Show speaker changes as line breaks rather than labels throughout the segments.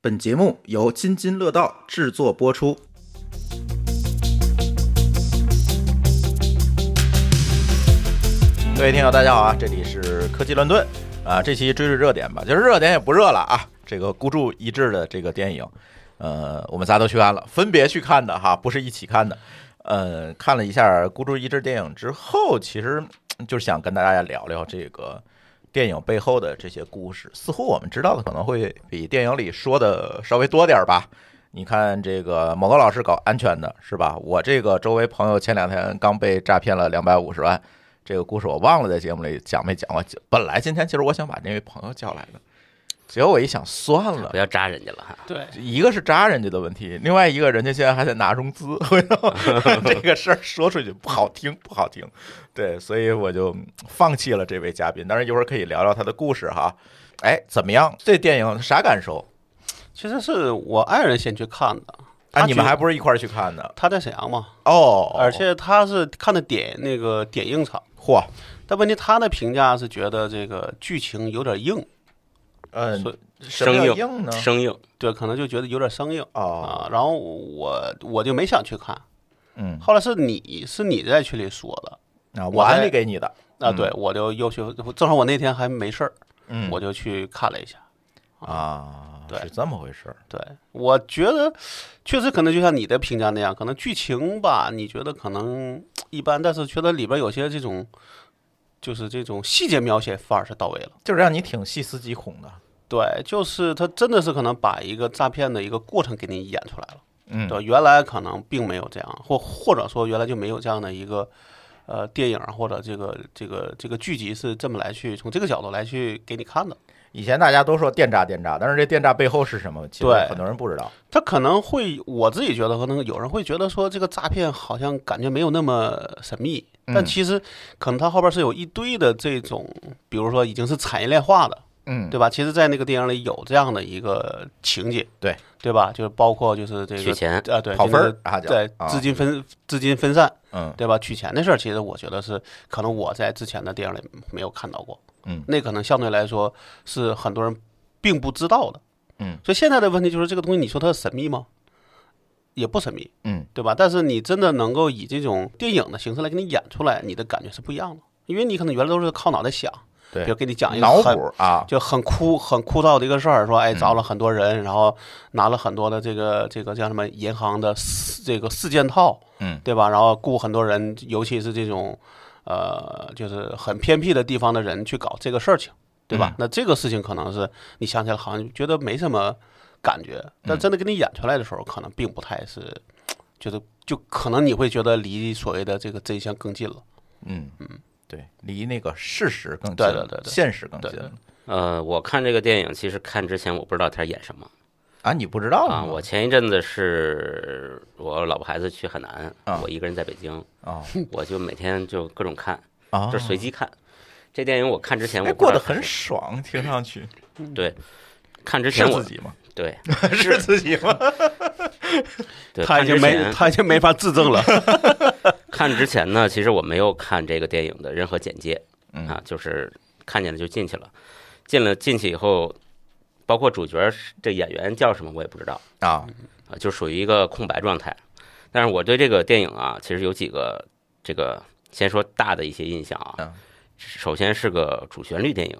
本节目由津津乐道制作播出。各位听友，大家好啊！这里是科技乱炖啊，这期追追热点吧，其实热点也不热了啊。这个孤注一掷的这个电影，呃，我们仨都去看了，分别去看的哈，不是一起看的。呃，看了一下孤注一掷电影之后，其实嗯就是想跟大家聊聊这个电影背后的这些故事。似乎我们知道的可能会比电影里说的稍微多点儿吧。你看这个某个老师搞安全的是吧？我这个周围朋友前两天刚被诈骗了两百五十万，这个故事我忘了在节目里讲没讲过。本来今天其实我想把那位朋友叫来的，结果我一想算了
不，要扎人家了哈。
对，
一个是扎人家的问题，另外一个人家现在还得拿融资， 回头 这个事儿说出去不好听，不好听。对，所以我就放弃了这位嘉宾。当然一会儿可以聊聊他的故事哈。哎，怎么样？这电影啥感受
其实是我爱人先去看的，
啊？
他
你们
觉
还不是一块儿去看的
他在沈阳嘛，
哦？
而且他是看的点那个点映场，
嚯，
但问题他的评价是觉得这个剧情有点硬，
嗯
所以，
什么
生
叫
硬
硬呢？
生硬，
对，可能就觉得有点生硬
哦，
啊。然后我我就没想去看，
嗯
后来是你是你在群里说的
啊，我
我
安
还
利给你的，
啊，
嗯
对我就又去，正好我那天还没事儿，
嗯，
我就去看了一下。
啊，
对
是这么回事儿。
对，我觉得确实可能就像你的评价那样，可能剧情吧，你觉得可能一般，但是觉得里边有些这种，就是这种细节描写反而是到位了。
就是让你挺细思极恐的，
对，就是他真的是可能把一个诈骗的一个过程给你演出来了，
嗯
对吧，原来可能并没有这样，或或者说原来就没有这样的一个，呃，电影或者这个这个这个剧集是这么来去从这个角度来去给你看的。
以前大家都说电诈电诈，但是这电诈背后是什么？其实
对
很多人不知道。
他可能会，我自己觉得可能有人会觉得说这个诈骗好像感觉没有那么神秘，
嗯
但其实可能他后边是有一堆的这种，比如说已经是产业链化的，
嗯，
对吧？其实，在那个电影里有这样的一个情节，
对
对吧？就是包括就是这
取
个
钱
啊，对
跑分
就
儿
是
啊，叫
对
啊
资金分资金分散，
嗯
对吧？取钱的事儿，其实我觉得是可能我在之前的电影里没有看到过，
嗯
那可能相对来说是很多人并不知道的，
嗯，
所以现在的问题就是这个东西，你说它神秘吗？也不神秘，
嗯
对吧？但是你真的能够以这种电影的形式来给你演出来，你的感觉是不一样的，因为你可能原来都是靠脑袋想，
对
比如给你讲一个
脑
很
补啊，
就很枯很枯燥的一个事儿，说哎招了很多人，然后拿了很多的这个这个叫什么银行的四这个四件套，
嗯，
对吧？然后雇很多人，尤其是这种呃就是很偏僻的地方的人去搞这个事儿情，对吧？
嗯
那这个事情可能是你想起来好像觉得没什么感觉，但
嗯
真的给你演出来的时候，可能并不太是，就是就可能你会觉得离所谓的这个真相更近了。
嗯嗯，对，离那个事实更近
对
了，
对对对
现实更近
对
了
呃，我看这个电影，其实看之前我不知道他演什么
啊，你不知道
啊。
吗
我前一阵子是我老婆孩子去海南
啊，
我一个人在北京，
啊
我就每天就各种看，
啊，
就随机看。这电影我看之前
哎
我不
过
知
得
道
很
它是
爽，听上去
对，看之
是
前我
自己吗？
对
是自己吗？
对，
他
看
已经
之
没
前
他已经没法自证了。
嗯
看之前呢，其实我没有看这个电影的任何简介
嗯
啊，就是看见了就进去了，进了进去以后，包括主角是这演员叫什么我也不知道。
啊，
啊，就属于一个空白状态。但是我对这个电影啊，其实有几个这个，先说大的一些印象
嗯
啊。首先是个主旋律电影，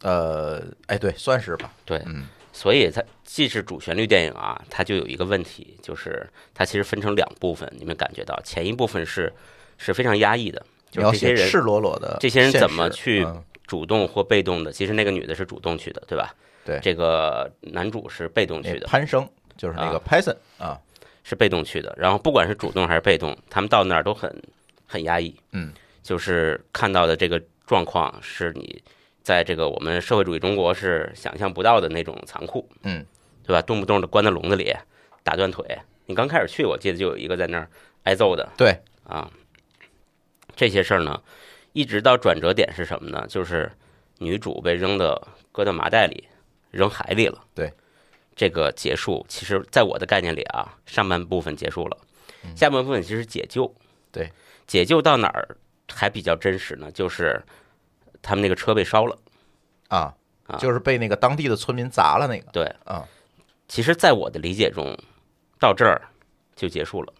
呃，哎，对，算是吧，
对，
嗯
所以它既是主旋律电影啊，它就有一个问题，就是它其实分成两部分，你们感觉到前一部分是是非常压抑的，就是
描
这些
写赤
人
裸裸的
这些人
现
怎么
实
去
嗯
主动或被动的，其实那个女的是主动去的，对吧？
对
这个男主是被动去
那
的，
攀升，就是那个 Python 啊，
是被动去的。然后不管是主动还是被动，他们到那儿都很很压抑。
嗯，
就是看到的这个状况是你在这个我们社会主义中国是想象不到的那种残酷。
嗯，
对吧？动不动的关在笼子里，打断腿。你刚开始去，我记得就有一个在那儿挨揍的
对，
啊。这些事儿呢，一直到转折点是什么呢？就是女主被扔到搁到麻袋里，扔海里了。
对，
这个结束，其实在我的概念里啊，上半部分结束了，下半部分其实解救。
嗯对，
解救到哪儿还比较真实呢？就是他们那个车被烧了，
啊
啊，
就是被那个当地的村民砸了那个
对
啊，
其实，在我的理解中，到这儿就结束了，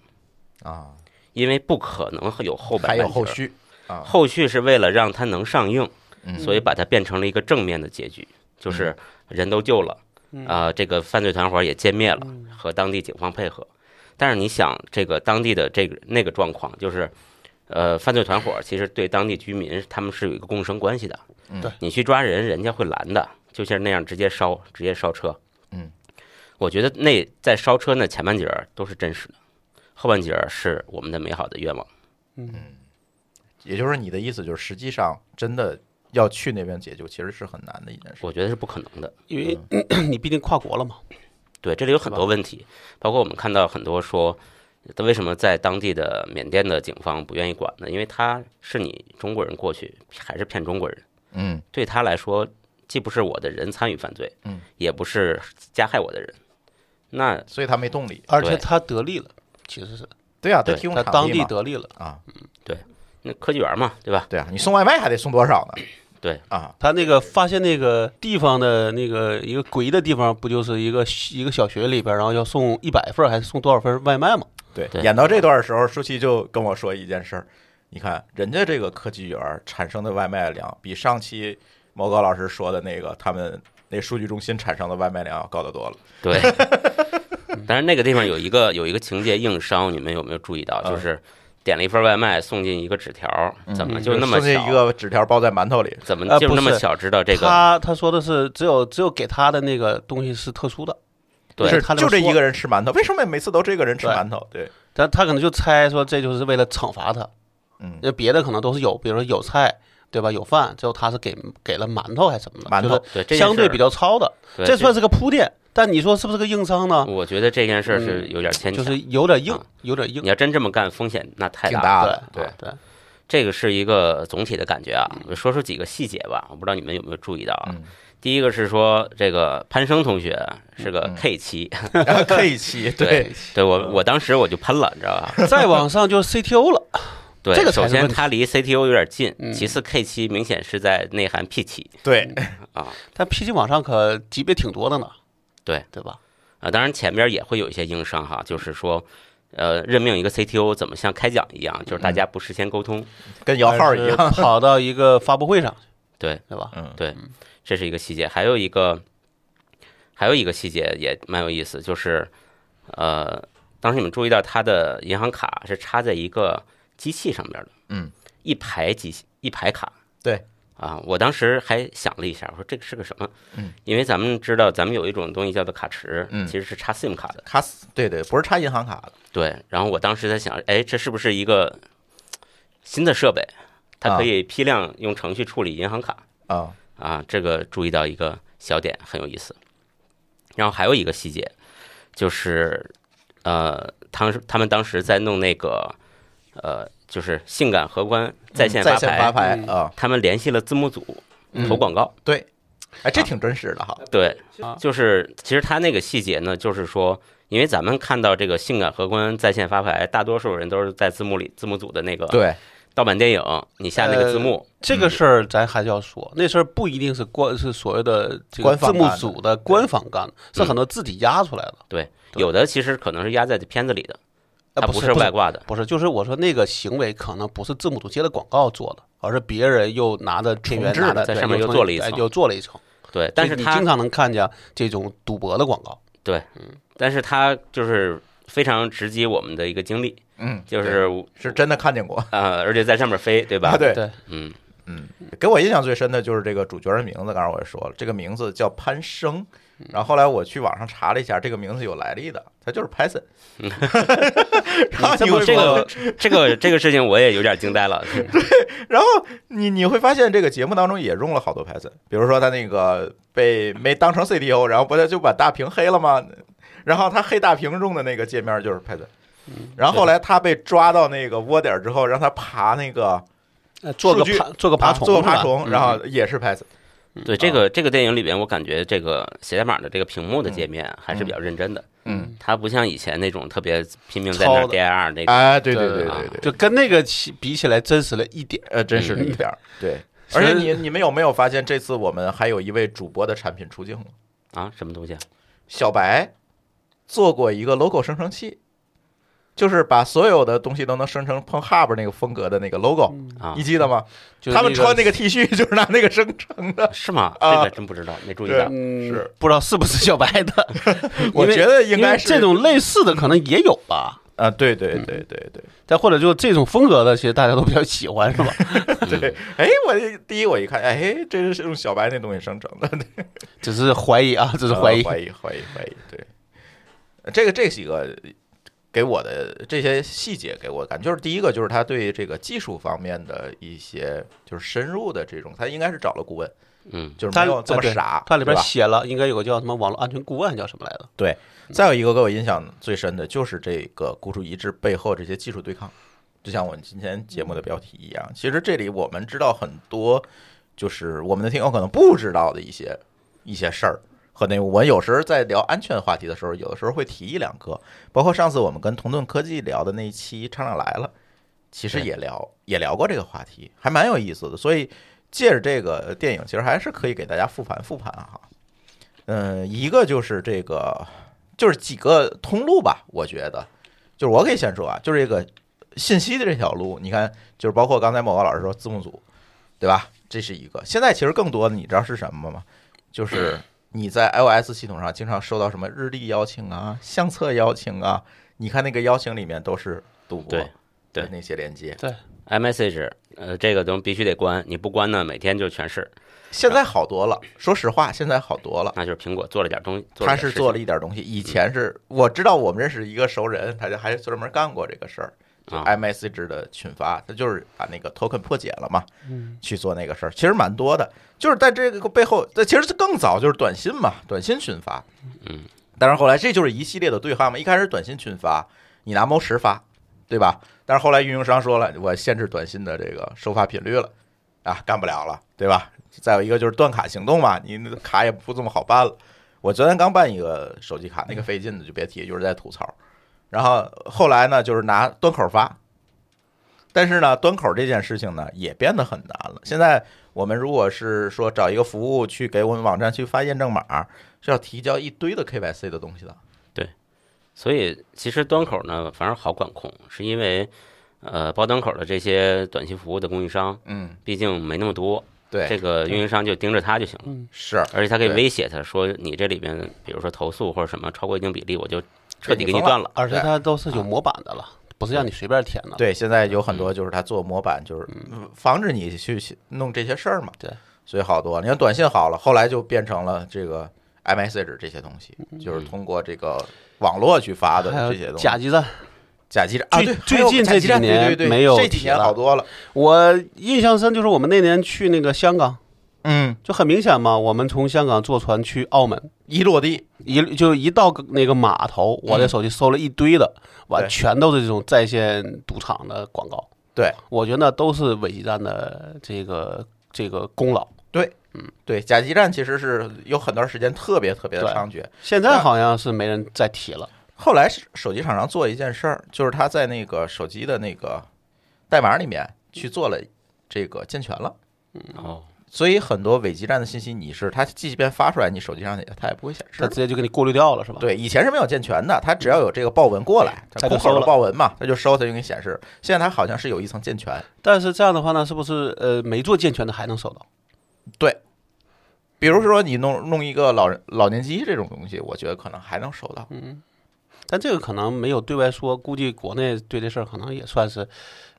啊，
因为不可能会有后半
还有
半截
后
儿，
续啊，
后续是为了让它能上映，
嗯
所以把它变成了一个正面的结局，就是人都救了，
嗯
啊、这个犯罪团伙也歼灭了，和当地警方配合。但是你想，这个当地的这个那个状况，就是，呃，犯罪团伙其实对当地居民他们是有一个共生关系的，
嗯
对
你去抓人，人家会拦的，就像那样直接烧，直接烧车，
嗯，
我觉得那在烧车那前半截儿都是真实的，后半截儿是我们的美好的愿望。
也就是你的意思就是，实际上真的要去那边解救，其实是很难的一件事。
我觉得是不可能的。
因为
嗯
你毕竟跨国了嘛。
对，这里有很多问题，包括我们看到很多说，他为什么在当地的缅甸的警方不愿意管呢？因为他是你中国人过去，还是骗中国人，
嗯
对他来说，既不是我的人参与犯罪，
嗯，
也不是加害我的人。那
所以他没动力。
而且
对
他得利了，其实是
对啊，他
对
提供
他
场
当
地
地
嘛
得利了，
啊，
那科技园嘛，对吧？
对啊，你送外卖还得送多少呢？
对
啊，
他那个发现那个地方的那个一个诡异的地方，不就是一个一个小学里边，然后要送一百份儿还是送多少份儿外卖嘛？
对，
对
演到这段的时候，舒淇就跟我说一件事儿，你看人家这个科技园儿产生的外卖量，比上期毛高老师说的那个他们那数据中心产生的外卖量要高得多了。
对。 但是那个地方有一个有一个情节硬伤，你们有没有注意
啊
嗯
到？就是点了一份外卖，送进一个纸条，
嗯
怎么就那么
送进一
巧？
个纸条包在馒头里？
怎么
呃
就
不
那么
是
巧知道这个？
他他说的是只有只有给他的那个东西是特殊的，
对
是
他
就这
么说
一个人吃馒头，为什么每次都这个人吃
对
馒头？对，
但他可能就猜说这就是为了惩罚他，
嗯，
那别的可能都是有，比如说有菜对吧，有饭，只有他是给给了馒头还是什么的，
馒头
就是
对，这件
相对
事儿
比较糙的，
对
这算是个铺垫。但你说是不是个硬伤呢？
我觉得这件事儿是
啊嗯
有点牵
就
强，
是有点硬
啊，
有点硬
你。要真这么干，风险那太
挺
大
大的。
了。啊对
对啊对，
这个是一个总体的感觉啊，
嗯
我说出几个细节吧，我不知道你们有没有注意到啊。
嗯
第一个是说这个潘生同学是个
嗯
K 七，
，K 七，
对
对，
对我
嗯
我当时我就喷了，你知道 吧？
再往上就是 CTO 了，
对，
这个才
首
是
先
问题
他离 CTO 有点近，
嗯
其次 K 七明显是在内涵 P 七
对，
啊
但 P 级往上可级别挺多的呢。
对
对吧？
啊，当然前边也会有一些硬伤哈，就是说。呃，任命一个 CTO 怎么像开讲一样，就是大
嗯
家不事先沟通，
跟摇号一
但
样。
是跑到一个发布会上去，
对
对吧？
嗯，
这是一个细节，还有一个，还有一个细节也蛮有意思，就是，呃，当时你们注意到他的银行卡是插在一个机器上边的，
嗯，
一排机器一排卡，
对，
啊，我当时还想了一下，我说这个是个什么？
嗯，
因为咱们知道咱们有一种东西叫做卡池，
嗯
其实是插 SIM 卡的，
卡死，对对，不是插银行卡的，
对。然后我当时在想，哎，这是不是一个新的设备？它可以批量用程序处理银行卡，
啊，
啊，这个注意到一个小点很有意思。然后还有一个细节，就是呃，当时他们当时在弄那个呃，就是性感荷官在线
在
发
线
牌，
发牌
嗯
啊，
他们联系了字幕组投广告。
对，哎，
啊
这挺真实的哈，
对
啊，
就是其实他那个细节呢，就是说。因为咱们看到这个性感荷官在线发牌，大多数人都是在字幕里字幕组的那个
对，
盗版电影，你下那个字幕，
这个事儿咱还是要说，那事儿不一定是官是所谓的这个
官方
字
干的
幕组的官方干的，是很多自己压出来的。
有的其实可能是压在片子里的，
啊
它
不
不是
不
外挂的。
不是，就是我说那个行为可能不是字幕组接的广告做的，而是别人又拿着片源
重置的
拿着
在
对
上面又
重
做了一层
哎又做了一层。
对，但是
所以
他
你经常能看见这种赌博的广告。
但是他就是非常直击我们的一个经历，
嗯，
就是
是真的看见过，
呃，而且在上面飞，对吧？
啊，， 对，
对，
嗯，
嗯，给我印象最深的就是这个主角的名字，刚才我也说了，这个名字叫潘生。
嗯
然后后来我去网上查了一下，这个名字有来历的，他就是 Python。然后
你这
你
么
会
嗯这
发
个这个这个事情我也有点惊 呆了，
然后你你会发现这个节目当中也用了好多 Python，比如说他那个被没当成 CTO，然后不就就把大屏黑了吗？然后他黑大屏用的那个界面就是 Python。然
嗯
后后来他被抓到那个窝点之后，让他爬那个
呃做个
数据啊
爬做个爬虫，
做个爬
是吧嗯
虫，然后也是 Python。
对这
啊
个这个电影里边，我感觉这个写代码的这个屏幕的界面还是比较认真的，
嗯，
它不像以前那种特别拼命在那儿
糙的
DIR 那个，
哎，对
对
对
对
对对，
就跟那个起比起来真实了一点。
呃，真是
嗯
一点儿。对，
所
而
以
且你你们有没有发现，这次我们还有一位主播的产品出镜了？
啊，什么东西啊？
小白做过一个 logo 生成器，就是把所有的东西都能生成 p o n Hub 那个风格的那个 logo，、
啊
你，记得吗？
就是
他们穿那
个
个 T 恤 就是拿那个生成 的，
是吗？这
啊
个真不知道，没注意
对
到。
嗯
是
不知道是不是小白 的，
我
因为
觉得应
因为
该是
这种类似的可能也有吧。
啊，对对对对对。
再或者就这种风格的，其实大家都比较喜欢，是吧？
对，哎，我一第一我一看，哎，这是用小白那东西生成的，
只是怀疑啊，只是怀疑
呃。怀疑，怀疑，怀疑。对，呃这个这几个给我的这些细节给我的感觉，就是第一个就是他对这个技术方面的一些就是深入的这种，他应该是找了顾问，
嗯，
就是
他呃
没有这么
对
傻，
它里边
对吧
写了，应该有个叫什么网络安全顾问，还叫什么来着？
对。嗯再有一个给我印象最深的就是这个孤注一掷背后这些技术对抗，就像我们今天节目的标题一样，其实这里我们知道很多，就是我们的听友可能不知道的一些一些事儿。和内我有时候在聊安全话题的时候，有的时候会提一两个，包括上次我们跟同盾科技聊的那一期《厂长来了》，其实
对
也聊也聊过这个话题，还蛮有意思的。所以借着这个电影，其实还是可以给大家复盘复盘哈。嗯，一个就是这个，就是几个通路吧，我觉得，就是我可以先说啊，就是这个信息的这条路，你看，就是包括刚才某个老师说字幕组，对吧？这是一个。现在其实更多的你知道是什么吗？就是你在 iOS 系统上经常收到什么日历邀请啊、相册邀请啊，你看那个邀请里面都是赌博
对对
的那些链接。
iMessage，呃，这个东西必须得关，你不关呢，每天就全是。
现在好多了，说实话，现在好多了。
那就是苹果做了点东西，做
他
点
是
事
做
情
了一点东西，以前是我知道我们认识一个熟人，他就还专门干过这个事儿，就
啊
iMessage 的群发，他就是把那个 token 破解了嘛，
嗯，
去做那个事儿，其实蛮多的。就是在这个背后，这其实更早就是短信嘛，短信群发。
嗯，
但是后来这就是一系列的对话嘛。一开始短信群发，你拿猫十发，对吧？但是后来运营商说了，我限制短信的这个收发频率了，啊，干不了了，对吧？再有一个就是断卡行动嘛，你那卡也不这么好办了。我昨天刚办一个手机卡，那个费劲的就别提，就是在吐槽。然后后来呢，就是拿端口发，但是呢，端口这件事情呢也变得很难了。现在我们如果是说找一个服务去给我们网站去发验证码，是要提交一堆的 KYC 的东西的。
所以其实端口呢反而好管控，是因为呃包端口的这些短信服务的供应商，
嗯，
毕竟没那么多，这
对，
个运营商就盯着他就行了。
是
而且他可以
对
威胁他说，你这里边比如说投诉或者什么超过一定比例，我就彻底
给
给你
你
断
封
了。
而且它都是
啊
有模板的了，不是让你随便填的。，
对。现在有很多就是他做模板，就是
嗯
防止你去弄这些事儿嘛。
对，
所以好多你看短信好了，后来就变成了这个 iMessage 这些东西，就是通过这个网络去发的
嗯还有
这些东西。
甲基站，
假基站啊，对，
最
还有
最近
假
这
基
几
站
年
对对对
没有
这几
提
年
了
好多了。
我印象深就是我们那年去那个香港，
嗯，
就很明显嘛，我们从香港坐船去澳门，
一落地，
一就一到那个码头，我的手机收了一堆的，完
嗯对
全都是这种在线赌场的广告。
对，
我觉得那都是伪基站的这个这个功劳。
对，甲基站其实是有很段时间特别特别的
对
猖獗。
现在好像是没人再提了。
后来是手机厂商做一件事儿，就是他在那个手机的那个代码里面去做了这个健全了，
哦，
所以很多伪基站的信息你是它即便发出来，你手机上也它也不会显
他
示
直。接就给你过滤掉了，是吧？，
对，以前是没有健全的，它只要有这个报文过来，它
嗯它就
空口
收
的
了
报文嘛，它就收，它就给你显示。现在它好像是有一层健全，
但是这样的话呢，是不是呃没做健全的还能收到？
比如说你弄弄一个老人老年机这种东西，我觉得可能还能收到。
嗯但这个可能没有对外说，估计国内对这事儿可能也算是，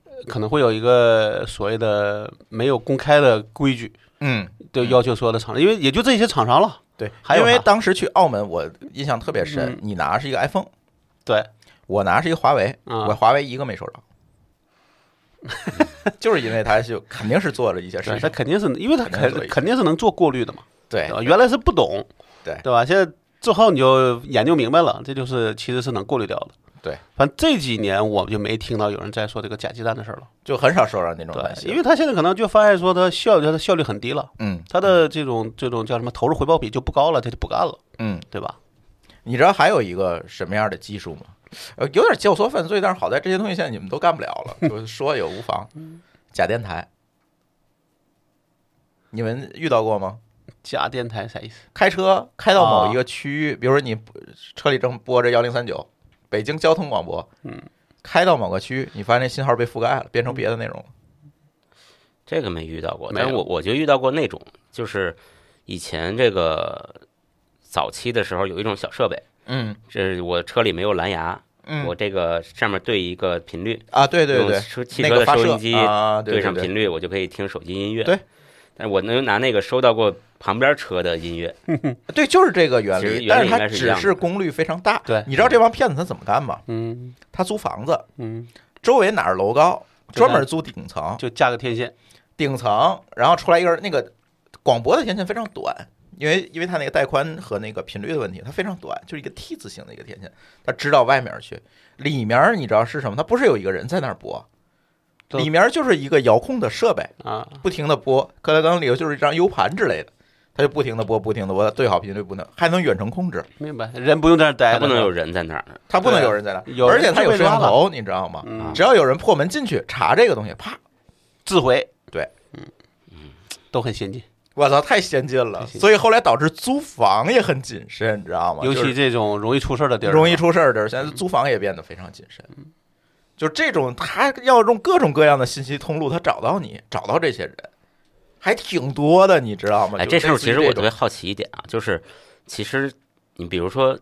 呃可能会有一个所谓的没有公开的规矩，
嗯，
对要求所有的厂商，因为也就这些厂商了。
对，
还有
因为
啥
当时去澳门，我印象特别深，
嗯
你拿是一个 iPhone，
对，
我拿是一个华为，
啊
我华为一个没收 着，就是因为它就肯定是做了一些事
对，
情
他，肯定是，因为他
肯定做一
肯
些
肯定是能做过滤的嘛，
对
对吧？原来是不懂，
对
对吧？现在之后你就研究明白了，这就是其实是能过滤掉的。
对，
反正这几年我就没听到有人再说这个假鸡蛋的事儿了。
就很少收着那种短
对，
信，
因为他现在可能就发现说他效率，他的效率很低了，
嗯
他的这种这种叫什么投入回报比就不高了，他就不干了，
嗯，
对吧？
你知道还有一个什么样的技术吗？呃，有点教唆犯罪，但是好在这些东西现在你们都干不了了，就是说也无妨。假电台，你们遇到过吗？
假电台啥意思？
开车开到某
啊
一个区域，比如说你车里正播着幺零三九北京交通广播，
嗯，
开到某个区，你发现信号被覆盖了，变
嗯
成别的内容了。
这个没遇到过，
没有
但是我我就遇到过那种，就是以前这个早期的时候有一种小设备，
嗯
这我车里没有蓝牙，
嗯
我这个上面对一个频率，
啊，对对
用
对，
车汽
那
车
个
的
发
收
射
音机
啊，对
上
对对
频率，我就可以听手机音乐。
对，
但是我能拿那个收到过旁边车的音乐，
对，就是这个原
其实
理，
原
但
理应
它
该是一
只
样的
是功率非常大。
对
你知道这帮骗子他怎么干吗？
嗯
他租房子，
嗯，
周围哪儿楼高，
就
专
像
门租顶层，
就架个天线，
顶层，然后出来一个人那个广播的天线非常短，因为因为它那个带宽和那个频率的问题，它非常短，就是一个 T 字形的一个天线，它支到外面去。里面儿你知道是什么？它不是有一个人在那儿播，
都
里面儿就是一个遥控的设备，
啊，
不停的播。克莱刚里头就是一张 U 盘之类的，它就不停的播，不停的播，对好频率不能，还能远程控制，
明白？人不用在那儿待
它
着，
不能有人在那儿。
它不能
对啊
有哎人在那儿，
有人
而且它有
就被
摄像
抓了
头，你知道吗？
嗯
只要有人破门进去查这个东西，啪，
自毁。
对，
嗯都很先进，
我操，太先进了！
太先进
所以后来导致租房也很谨慎，你知道吗？
尤
就
其
是
这种容易出事儿的地儿，
容易出事儿的地儿，现在租房也变得非常谨慎。就这种，他要用各种各样的信息通路，他找到你，找到这些人，还挺多的，你知道吗？
哎，
就
这事儿
类似于
其实我
这
特
种
别好奇一点啊，就是其实你比如说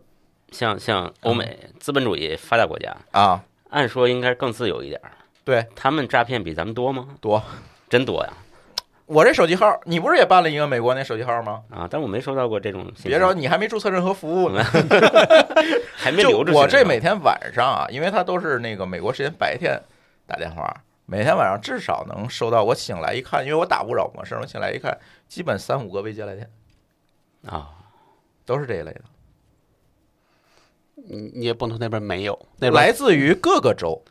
像像
嗯
欧美资本主义发达国家，
啊，
按说应该更自由一点儿，
对，
他们诈骗比咱们多吗？
多。
真多呀！
我这手机号，你不是也办了一个美国那手机号吗？
啊，但我没收到过这种信息。
别着，你还没注册任何服务呢。
还没
就
留着信息呢。
我这每天晚上啊，因为他都是那个美国时间白天打电话，每天晚上至少能收到。我醒来一看，因为我打勿扰模式，我醒来一看，基本三五个未接来电
啊，
都是这一类的，
你你也不能那边没有，那边
来自于各个州。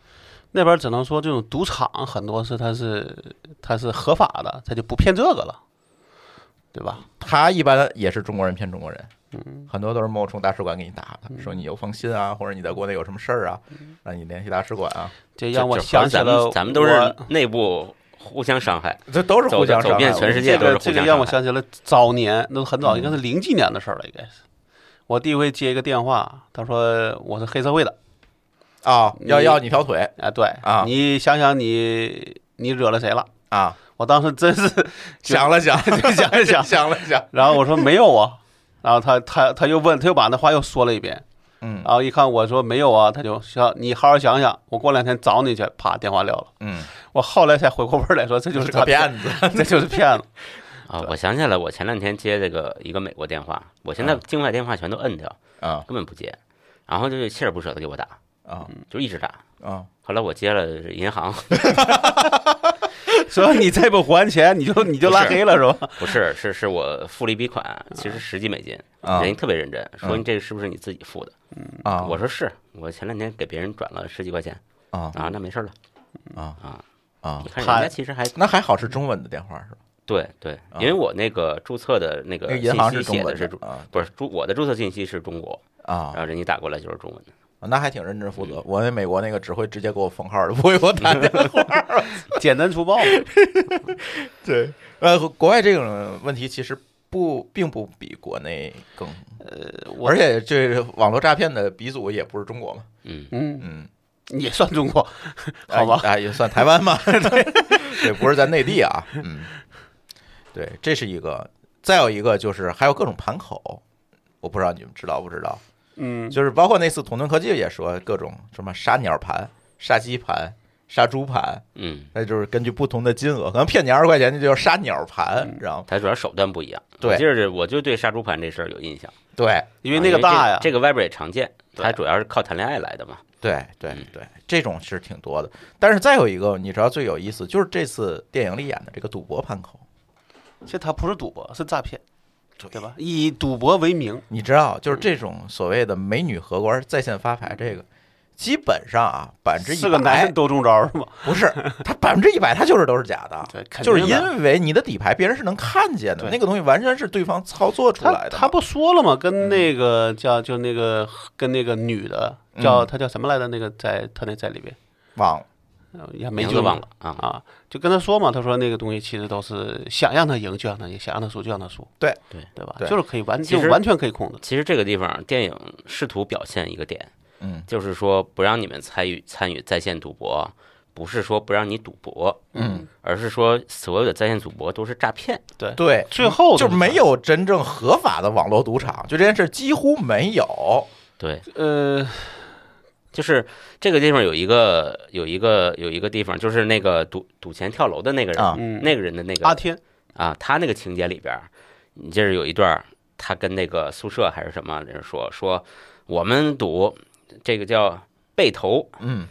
那边只能说这种赌场很多是它是它是合法的，它就不骗这个了，对吧？
他一般也是中国人骗中国人，很多都是冒充大使馆给你打的，说你有封信啊，或者你在国内有什么事儿啊，让你联系大使馆啊，
这
就
让我
就好
想
像
起
咱
了
们咱们都是
我
内部互相伤害。
这都是互相
走
伤害
遍全世界
这
都是
个
互
这
相嗯
个让我
伤
想起了早年，那很早，应该是零几年的事儿了，应该是。我弟会接一个电话，他说我是黑社会的，
啊，要
你
要你条腿
啊，对
啊
你想想你你惹了谁了？
啊，
我当时真是，就
想了 想，想
了想
想了想，
然后我说没有啊，然后他他他又问，他又把那话又说了一遍，
嗯
然后一看我说没有啊，他就说你好好想想，我过两天找你去，啪电话撂了。
嗯，
我后来才回过味儿来说，这就是是
个
诈
骗 子。
骗，这就是骗子。
啊，我想起来，我前两天接这个一个美国电话，我现在
嗯
境外电话全都摁掉，
啊
根本不接，然后就是锲而不舍的给我打，
啊
就一直打。
啊！
后来我接了银行，
说你再不还钱，你就你就拉黑了是吧？
不是，是是我付了一笔款，其实十几美金，
嗯啊
人家特别认真，说
嗯
你这是不是你自己付的？
啊！
嗯我说是，我前两天给别人转了十几块钱
啊
啊，那没事儿了。
啊
啊，
啊
你，看人
他
家其实还
那还好是中文的电话是吧？
对对
啊，
因为我那个注册的那
那
个
个银
信
行
息
是中
写
文
的
的
是中，
啊
不是注我的注册信息是中国，然
啊，
后人家打过来就是中文的。
那还挺认真负责。
嗯
我那美国那个只会直接给我封号的，不会给我打电话。
简单粗暴嘛。
对，呃，国外这种问题其实不并不比国内更，
呃
我
而且这网络诈骗的鼻祖也不是中 国嘛，
嗯，
嗯，
嗯，
也算中国，好吧？
啊，也算台湾 嘛，对，对，不是在内地啊，嗯，对，这是一个，再有一个就是还有各种盘口，我不知道你们知道不知道，
嗯，
就是包括那次统顿科技也说各种什么杀鸟盘、杀鸡盘、杀猪盘，
嗯，
那就是根据不同的金额，可能骗你二十块钱，那就叫杀鸟盘，
嗯
你知道吗？
它主要手段不一样。
对
我记着我就对杀猪盘这事儿有印象，
对
因
啊因
为那个大呀
这，这个外边也常见，
对
它主要是靠谈恋爱来的嘛。
对对
嗯
对，这种是挺多的。但是再有一个，你知道最有意思，就是这次电影里演的这个赌博盘口，
其实它不是赌博，是诈骗，对吧？以赌博为名，
你知道，就是这种所谓的美女荷官在线发牌这个。基本上啊，百分之
是
一
个男
百
人都中招是吧？
不是，他百分之一百，他就是都是假的，
对，肯定
就是
的
因为你的底牌别人是能看见的，
对
那个东西完全是对方操作出来
他
的嘛。
他不说了吗？跟那个叫就那个跟那个女的叫
嗯
她叫什么来着？那个在她那在里边
忘了，
呃也没
名
救
字忘
了
了啊，
啊，就跟他说嘛，他说那个东西其实都是想让他赢就让他赢，想让他输就让他输，
对
对
对吧？
对
就是可以完
其
就
实
完全可以控制，
其实这个地方，电影试图表现一个点，
嗯，
就是说不让你们参与参与在线赌博，不是说不让你赌博，
嗯，
而是说所有的在线赌博都是诈骗。
对，
最后
就
都是
没有真正合法的网络赌场，就这件事几乎没有。
对，
呃
就是这个地方有一个有一个有一个地方，就是那个赌赌钱跳楼的那个人，
啊
嗯
那个人的那个
阿天
啊，他那个情节里边儿，你就是有一段儿，他跟那个宿舍还是什么人说，说我们赌这个叫背投，
嗯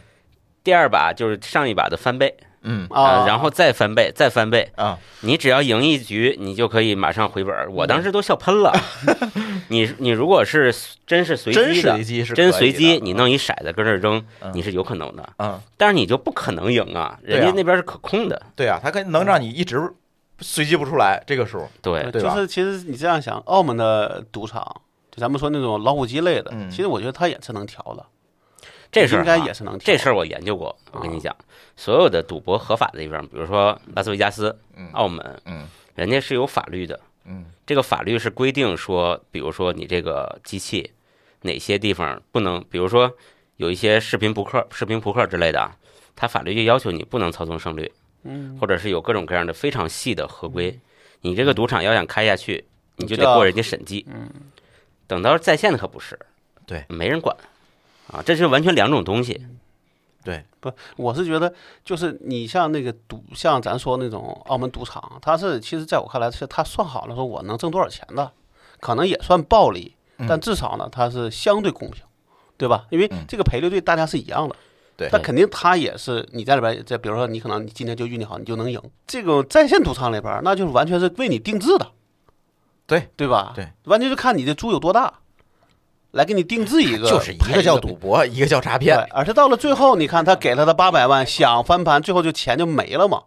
第二把就是上一把的翻倍
嗯
啊，
呃然后再翻倍，再翻倍，
啊，
你只要赢一局，你就可以马上回本儿。我当时都笑喷了， 你你如果是真是随
嗯真
机的
随。机是
真
可以
随机，
的
你弄一骰子搁这儿扔，
嗯
你是有可能的，
嗯，
但是你就不可能赢啊！人
对
家
啊
那边是可控的，
对啊，它可以能让你一直随机不出来这个数。
对
对
就
吧
是其实你这样想，澳门的赌场。就咱们说那种老虎机类的，
嗯
其实我觉得他也是能调的，
这事儿
应该
哈
也是能调。
这事儿我研究过，我跟你讲，所有的赌博合法的地方，比如说拉斯维加斯、
嗯
澳门，
嗯
人家是有法律的。
嗯
这个法律是规定说，比如说你这个机器哪些地方不能，比如说有一些视频扑克、视频扑克之类的啊，它法律就要求你不能操纵胜率，
嗯，
或者是有各种各样的非常细的合规。你这个赌场要想开下去，你就
就
得
要
过人家审计。嗯，等到在线的可不是，
对，
没人管啊，这是完全两种东西。
不，我是觉得就是你像那个赌，像咱说那种澳门赌场，它是其实在我看来是它算好了说我能挣多少钱的，可能也算暴利，但至少呢它是相对公平，对吧？因为
嗯
这个赔率对大家是一样的。
对
但肯定他也是你在里边，这比如说你可能你今天就运气好，你就能赢。这个在线赌场里边，那就是完全是为你定制的，
对
对吧？
对，
完全就看你的注有多大，来给你定制一个，
就是一
赔
个叫赌博，一个叫诈骗
对，，而是到了最后，你看他给了他八百万，想翻盘，最后就钱就没了嘛，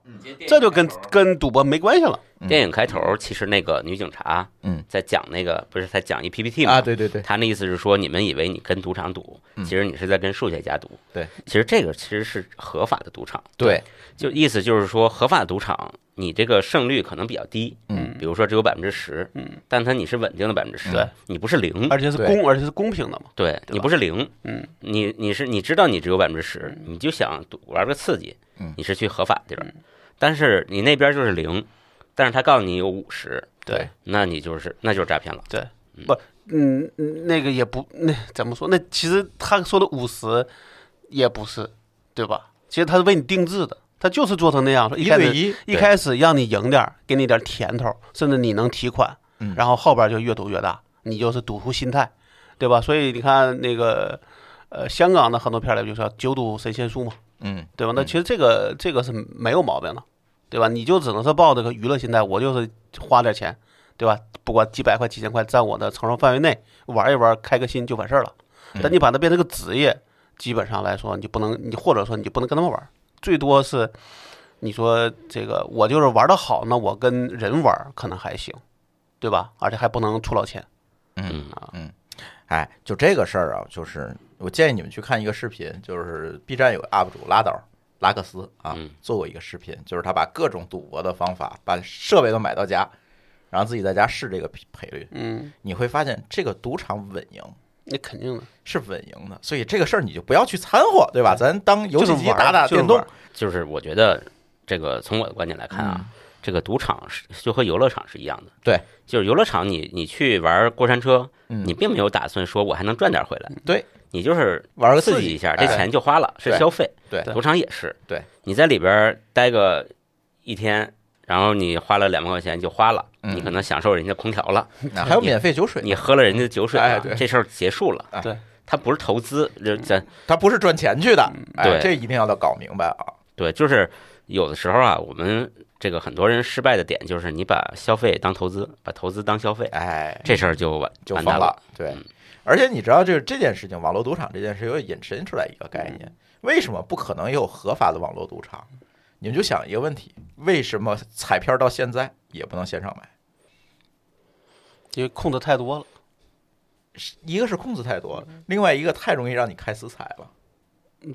这就跟跟赌博没关系了。
嗯
嗯电影开头，其实那个女警察，
嗯，
在讲那个不是在讲一 PPT
啊，
嘛？
对对对，
他那意思是说，你们以为你跟赌场赌，其实你是在跟数学家赌。
对，
其实这个其实是合法的赌场。
对，
就意思就是说，合法赌场你这个胜率可能比较低，
嗯，
比如说只有百分之十，嗯，但它你是稳定的百分之十
对，
你不是零，
嗯而且是
对
公，而且是公平的嘛。
对
对
你
吧
不是零，
嗯，
你你是你知道你只有百分之十，你就想赌玩个刺激
嗯，
你是去合法地儿，但是你那边就是零，但是他告诉你有五十，
对，
那你就是那就是诈骗了。
嗯，嗯那个也不，那怎么说？那其实他说的五十也不是，对吧？其实他是为你定制的，他就是做成那样，说
一
开
对
始
一，
一开始让你赢点儿，给你点儿甜头，甚至你能提款
嗯，
然后后边就越赌越大，你就是赌徒心态，对吧？所以你看那个，呃，香港的很多片儿里就说九赌神仙术嘛，
嗯，
对吧？那其实这个这个是没有毛病的，对吧？你就只能是抱着个娱乐心态，我就是花点钱，对吧？不管几百块、几千块，在我的承受范围内玩一玩，开个心就完事儿了。
嗯
但你把它变成个职业，基本上来说，你就不能，你或者说你就不能跟他们玩儿，最多是你说这个我就是玩的好，那我跟人玩儿可能还行，对吧？而且还不能出老千。
嗯，
哎，就这个事儿啊，就是我建议你们去看一个视频，就是 B 站有个 UP 主拉倒拉克斯啊
嗯，
做过一个视频，就是他把各种赌博的方法，把设备都买到家，然后自己在家试这个赔赔率，
嗯，
你会发现这个赌场稳赢。
那肯定的，
是稳赢的，所以这个事儿你就不要去掺和，对吧？咱当游戏
就
机
是玩儿
打打
就是
电动
玩儿，
就是我觉得这个从我的观点来看啊，这个赌场是就和游乐场是一样的。
嗯对，
就是游乐场你你去玩过山车，
嗯
你并没有打算说我还能赚点回来，
对
你就是
玩个
刺
激
激一下，
哎
这钱就花了，是
对
消费。
对
赌场也是。
对，
你在里边待个一天，然后你花了两万块钱就花了，
嗯
你可能享受人家空调了，
啊还有免费酒水，
你喝了人家酒水
哎
了
对，
这事儿结束了。
哎
对，
它不是投资，这咱
他不是赚钱去的，哎，
嗯对
这一定要搞明白啊。
对，就是有的时候啊，我们这个很多人失败的点就是你把消费当投资，把投资当消费，
哎，
这事儿就完
就
完
疯
蛋
了。对
嗯，
而且你知道，就是这件事情，网络赌场这件事又引申出来一个概念，
嗯
为什么不可能有合法的网络赌场？你们就想一个问题：为什么彩票到现在也不能线上买？
因为控制太多了。
嗯
是一个是空子太多了，另外一个太容易让你开私彩了。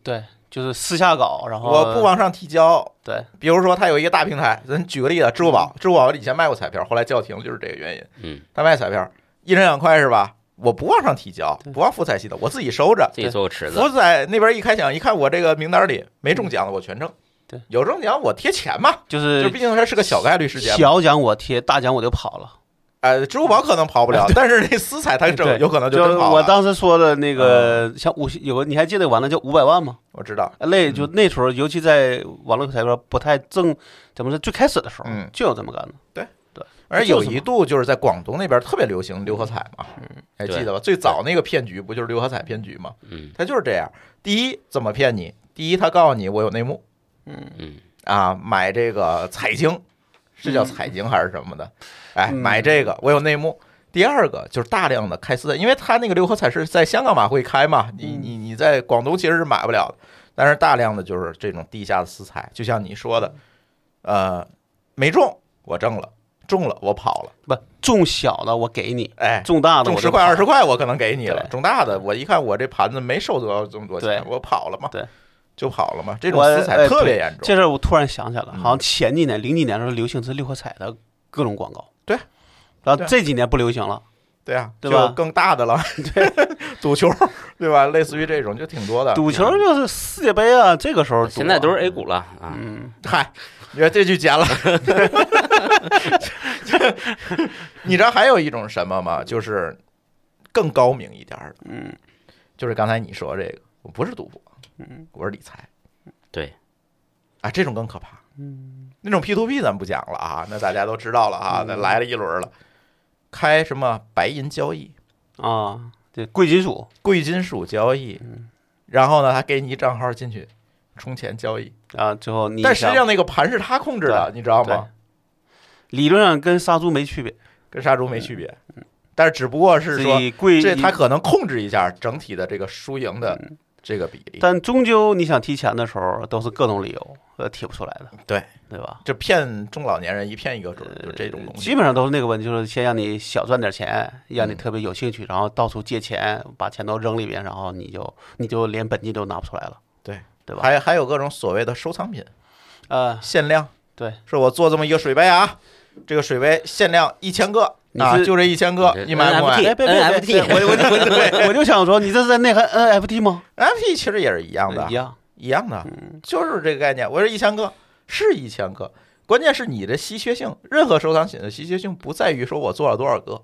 对，就是私下搞，然
哦
后
我不往上提交。
对，
比如说，它有一个大平台，咱举个例子，支付宝，支付宝以前卖过彩票，后来叫停就是这个原因。
嗯，
他卖彩票，一人两块是吧？我不往上提交，不往福彩系统，我自己收着。
自己做个池子，
福彩那边一开奖，一看我这个名单里没中奖的，我全挣。
嗯对，
有中奖我贴钱嘛，
就是
就毕竟它是个小概率事件嘛。
小奖我贴，大奖我就跑了。
呃，支付宝可能跑不了，但是那私彩它
对
整有可能
就
就真跑
我
了。嗯
当时说的那个，像五有个你还记得完了叫五百万吗？
我知道，
类就那时候，尤其在网络彩票不太正，怎么说？最开始的时候
嗯
就有这么干的。
而
就
有
是
一
嘛
度就是在广东那边特别流行六合彩嘛，
嗯
还记得吧？最早那个骗局不就是六合彩骗局吗？
嗯
它就是这样：第一，怎么骗你？第一，他告诉你我有内幕
嗯，
啊，买这个彩晶，是叫彩晶还是什么的？哎，
嗯
买这个我有内幕。第二个就是大量的开私彩，因为他那个六合彩是在香港马会开嘛，你
嗯
你你在广东其实是买不了的，但是大量的就是这种地下的私彩，就像你说的，呃，没中我挣了，中了我跑了，
不中小的我给你，
哎，
中大的
中
我
十
就
块二十
跑
块我可能给你了，
对
中大的我一看我这盘子没收到这么多钱，
对
我跑了嘛，
对，
就跑了嘛，这种
我
私彩
哎
特别
对
严重，
这事儿我突然想起来了，
嗯
好像前几年零几年的时候流行是六合彩的各种广告。
对，
然
对
后这几年不流行了。
对啊，
对吧
就更大的了，赌球对吧？类似于这种就挺多的，
赌球就是世界杯啊，这个时候赌啊
现在都是 A 股了啊，
嗯，
嗨，你说这句剪了。你知道还有一种什么吗？就是更高明一点儿的，
嗯，
就是刚才你说这个，我不是赌博，
嗯，
我是理财
对，
啊，这种更可怕。嗯，那种 P to P 咱不讲了啊，那大家都知道了啊，那来了一轮了，开什么白银交易、
啊，对，贵金属，
贵金属交易，然后呢，他给你一账号进去充钱交易，
啊，最后你
但实际
想
上那个盘是他控制的，你知道吗？
理论上跟杀猪没区别，
跟杀猪没区别，但是只不过是说
以贵
这他
以
可能控制一下整体的这个输赢的这个比例，
但终究你想提钱的时候，都是各种理由，呃，提不出来的，
对
对吧？
就骗中老年人一骗一个准，就这种东西
基。本上都是那个问题，就是先让你小赚点钱，让你
嗯
特别有兴趣，然后到处借钱，把钱都扔里边，然后你就你就连本金都拿不出来了，
对
对吧？
还还有各种所谓的收藏品
呃，
限量，
对，
说我做这么一个水杯啊，这个水杯限量一千个
你
啊，
是
就这一千个，你买不买
NFT
哎，别别别别，
NFT
我我就我就想说，你这是在内涵 NFT 吗？哎
？NFT 其实也是一样的
一，样，
一样的，
嗯
就是这个概念。我说一千个是一千个，关键是你的稀缺性，任何收藏品的稀缺性不在于说我做了多少个，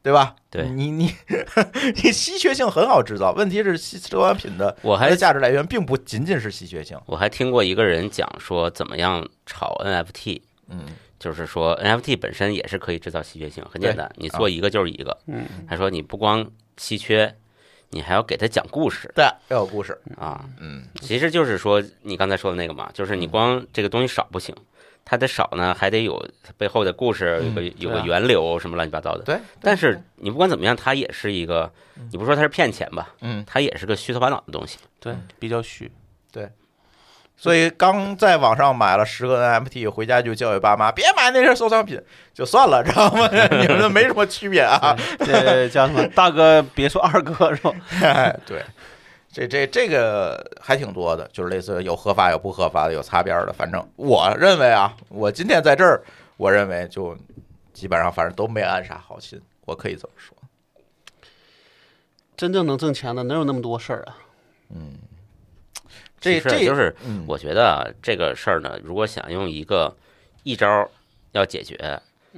对吧？
对
你你 你稀缺性很好制造，问题是稀收藏品的
我
它
还
的价值来源并不仅仅是稀缺性。
我还听过一个人讲说怎么样炒 NFT，
嗯，
就是说 NFT 本身也是可以制造稀缺性，很简单，你做一个就是一个。
嗯，
他说你不光稀缺，你还要给他讲故事
对，要有故事。
啊。
嗯，
其实就是说你刚才说的那个嘛，就是你光这个东西少不行，它得少呢，还得有背后的故事，有个有
对
个
啊
源流什么乱七八糟的。
嗯对。
但是你不管怎么样，它也是一个，你不说它是骗钱吧，
嗯，
它也是个虚头巴脑的东西。
对，比较虚，
所以刚在网上买了十个 NFT，回家就教育爸妈别买那些收藏品，就算了，知道吗？ 你们这没什么区别啊。
这叫什么？ 大哥别说二哥是吧？
哎，对，这这这个还挺多的，就是类似有合法有不合法的，有擦边儿的。反正我认为啊，我今天在这儿，我认为就基本上反正都没安啥好心，我可以这么说。
真正能挣钱的哪有那么多事儿啊？
这
其实
这
就是
嗯
我觉得啊这个事儿呢，如果想用一个一招儿要解决，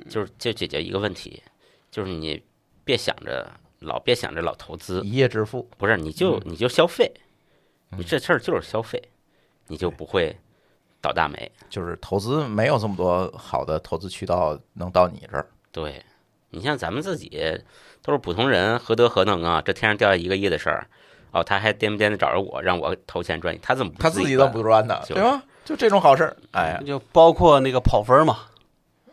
就是就解决一个问题，就是你别想着老别想着老投资，
嗯一夜致富，
不是你
嗯
就你就消费，你这事儿就是消费，你就不会倒大霉。
就是投资没有这么多好的投资渠道能到你这儿。
对你像咱们自己都是普通人，何德何能啊？这天上掉下一个亿的事儿，哦，他还颠不颠的找着我，让我投钱赚，他怎么不
他自己都
干
不赚的，
就是
对吧？就这种好事儿，哎呀，
就包括那个跑分儿嘛，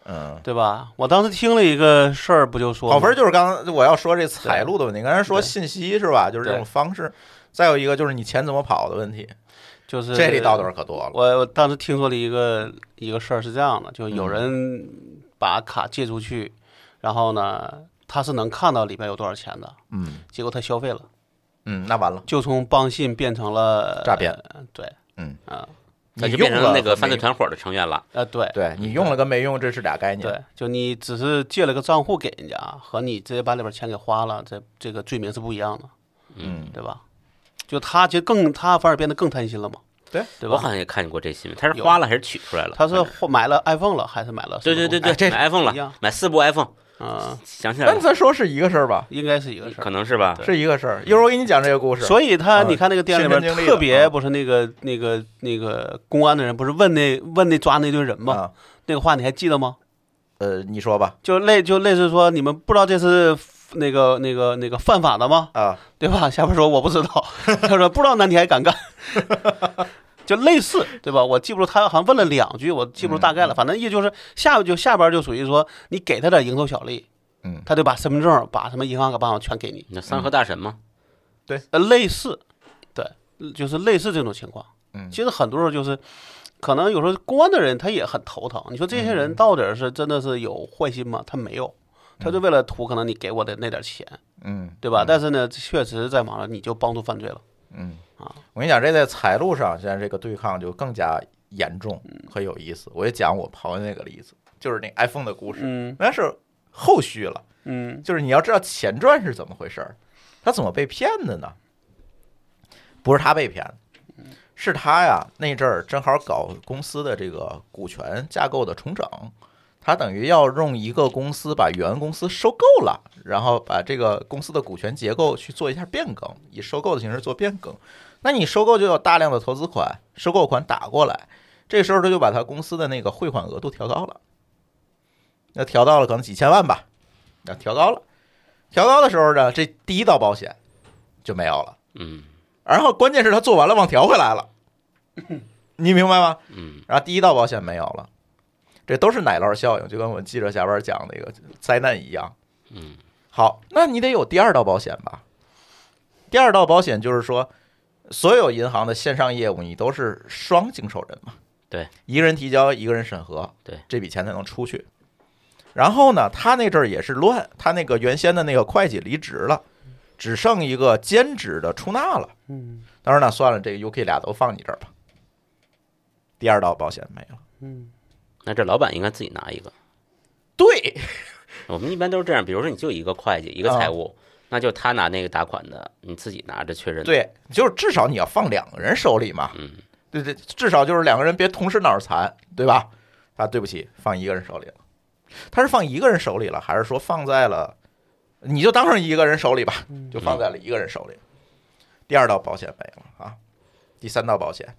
嗯，
对吧？我当时听了一个事儿，不就说
跑分儿
嘛
就是刚才我要说这财路的问题，刚才说
对
信息是吧？就是这种
对
方式，再有一个就是你钱怎么跑的问题，
就是
这里道德可多了。
我我当时听说了一个一个事儿是这样的，就有
嗯
人把卡借出去，然后呢，他是能看到里边有多少钱的，
嗯
结果他消费了，
嗯，那完了，
就从帮信变成
呃
了
诈骗。
对，
嗯
啊
那
你
就变成
用了
那个
和
犯罪
没
团伙的成员了。
呃对
对你用了跟没用，这是俩概念。
对，就你只是借了个账户给人家，和你直接把里边钱给花了，这这个罪名是不一样的，
嗯，
对吧？就他其实更他反而变得更贪心了嘛，
对
对
我
吧？
好像也看见过这新闻，他是
有
花了还是取出来了？
他是
反正
花买了 iPhone 了还是买了
对
什么东西？
对对对，
哎这
买 iPhone
一
了
样，
买四部 iPhone，
嗯，
想起来
那
了，
咱说是一个事儿吧，
应该是一个事儿
可。能是吧？
是一个事儿。一会儿我给你讲这个故事。
所以他，
嗯
你看那个电影里
亲身
面
经历
特
了
别
嗯
不是那个那个那个公安的人，不是问那问那抓那堆人吗？
啊，
那个话你还记得吗？
呃，你说吧。
就类就类似说，你们不知道这是那个那个那个犯法的吗？
啊，
对吧？ 下边说我不知 道，他说不知道，那你还敢干？就类似对吧？我记不住，他好像问了两句，我记不住大
嗯
概了。反正也就是下边就下边就属于说，你给他点蝇头小利，
嗯
他就把身份证、把什么银行卡、办法全给你，
你的三和大神嘛，
呃，类似，对，就是类似这种情况。
嗯
其实很多时候就是，可能有时候公安的人他也很头疼。你说这些
嗯
人到底是真的是有坏心吗？他没有，他就为了图可能你给我的那点钱，
嗯，
对吧？但是呢，确实在网上你就帮助犯罪了。
嗯
啊，
我跟你讲，这在财路上，现在这个对抗就更加严重
嗯
和有意思。我也讲我朋友那个例子，就是那 iPhone 的故事，
嗯
那是后续了。
嗯
就是你要知道钱赚是怎么回事儿，他怎么被骗的呢？不是他被骗的，是他呀那阵儿正好搞公司的这个股权架构的重整，他等于要用一个公司把原公司收购了，然后把这个公司的股权结构去做一下变更，以收购的形式做变更。那你收购就有大量的投资款、收购款打过来，这时候他就把他公司的那个汇款额度调高了，那调到了可能几千万吧，那啊调高了。调高的时候呢，这第一道保险就没有了。
嗯
然后关键是他做完了忘调回来了，你明白吗？
嗯，
然后第一道保险没有了，这都是奶酪效应，就跟我们记者下边讲那个灾难一样。
嗯，
好，那你得有第二道保险吧？第二道保险就是说，所有银行的线上业务你都是双经手人嘛，
对，
一个人提交，一个人审核，
对，
这笔钱才能出去。然后呢，他那阵儿也是乱，他那个原先的那个会计离职了，只剩一个兼职的出纳了。
嗯
当时那算了，这个 UK 俩都放你这儿吧。第二道保险没了。
嗯
那这老板应该自己拿一个。
对，
我们一般都是这样，比如说你就一个会计，一个
啊
财务，那就他拿那个打款的，你自己拿着确认。，
对，就是至少你要放两个人手里嘛。
嗯，
对对，至少就是两个人别同时脑残，对吧？啊，对不起，放一个人手里了。他是放一个人手里了，还是说放在了？你就当成一个人手里吧，就放在了一个人手里。第二道保险没了啊，第三道保险，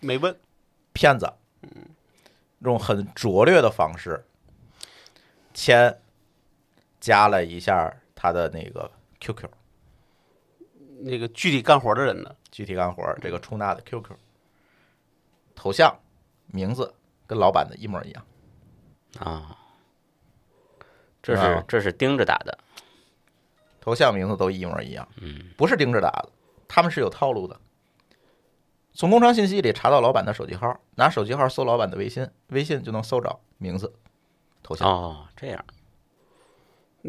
没问，
骗子，用很拙劣的方式签加了一下他的那个 QQ
那个具体干活的人呢？
具体干活儿这个出纳的 QQ 头像、名字跟老板的一模一样。
啊，这
啊
是这是盯着打的，
头像名字都一模一样，
嗯，
不是盯着打的，他们是有套路的。从工商信息里查到老板的手机号，拿手机号搜老板的微信，微信就能搜着名字、头像
哦，这样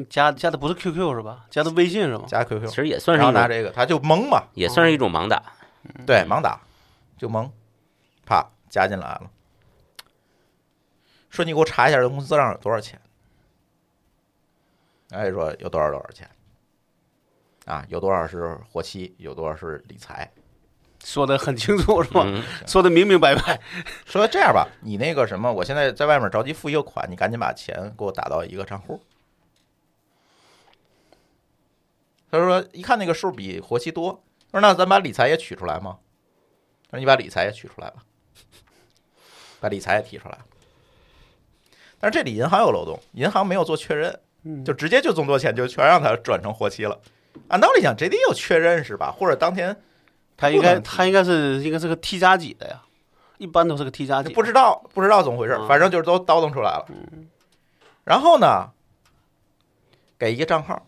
加加的不是 QQ 是吧？加的微信是吗？
加 QQ，
其实也算是
然后
一
拿
种，
这个他就懵嘛，
也算是一种盲打，
对，盲打就懵，啪加进来了。说你给我查一下这公司账有多少钱？哎，说有多少多少钱？啊，有多少是活期，有多少是理财？
说的很清楚是吧？
嗯，
说的明明白 白。
说这样吧，你那个什么，我现在在外面着急付一个款，你赶紧把钱给我打到一个账户。他说一看那个数比活期多，他说那咱把理财也取出来吗？他说你把理财也取出来吧，把理财也提出来。但是这里银行有漏洞，银行没有做确认，就直接就这么多钱就全让他转成活期了。按道理讲，这得有确认是吧？或者当天
他应该
不能提
他应该是应该是个 T 加几的呀，一般都是个 T 加
就
几。
不知道不知道怎么回事，
嗯
反正就是都叨腾出来了。然后呢，给一个账号，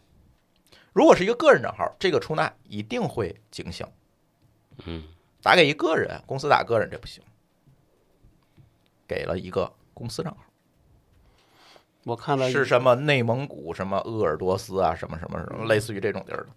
如果是一个个人账号，这个出纳一定会警醒。
嗯，
打给一个人，公司打个人这不行，给了一个公司账号。
我看到一
是什么内蒙古、什么鄂尔多斯啊，什么什么什么，类似于这种地儿的。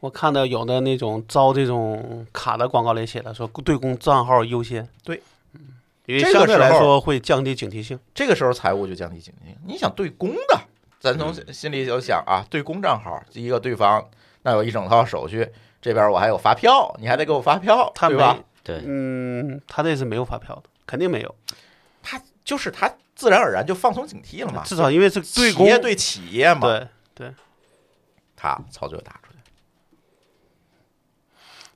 我看到有的那种招这种卡的广告里写了说对公账号优先，
对
嗯，因为
这个
相对来
时候
说会降低警惕性。
这个时候财务就降低警惕。你想对公的，咱从
嗯
心里就想啊，对公账号，第一个对方那有一整套手续，这边我还有发票，你还得给我发票，
他
对
没
吧？
对，
嗯，他这是没有发票的，肯定没有。
他就是他自然而然就放松警惕了嘛。
至少因为是对
啊企
公
业对企业嘛，
对，
他操作打出去，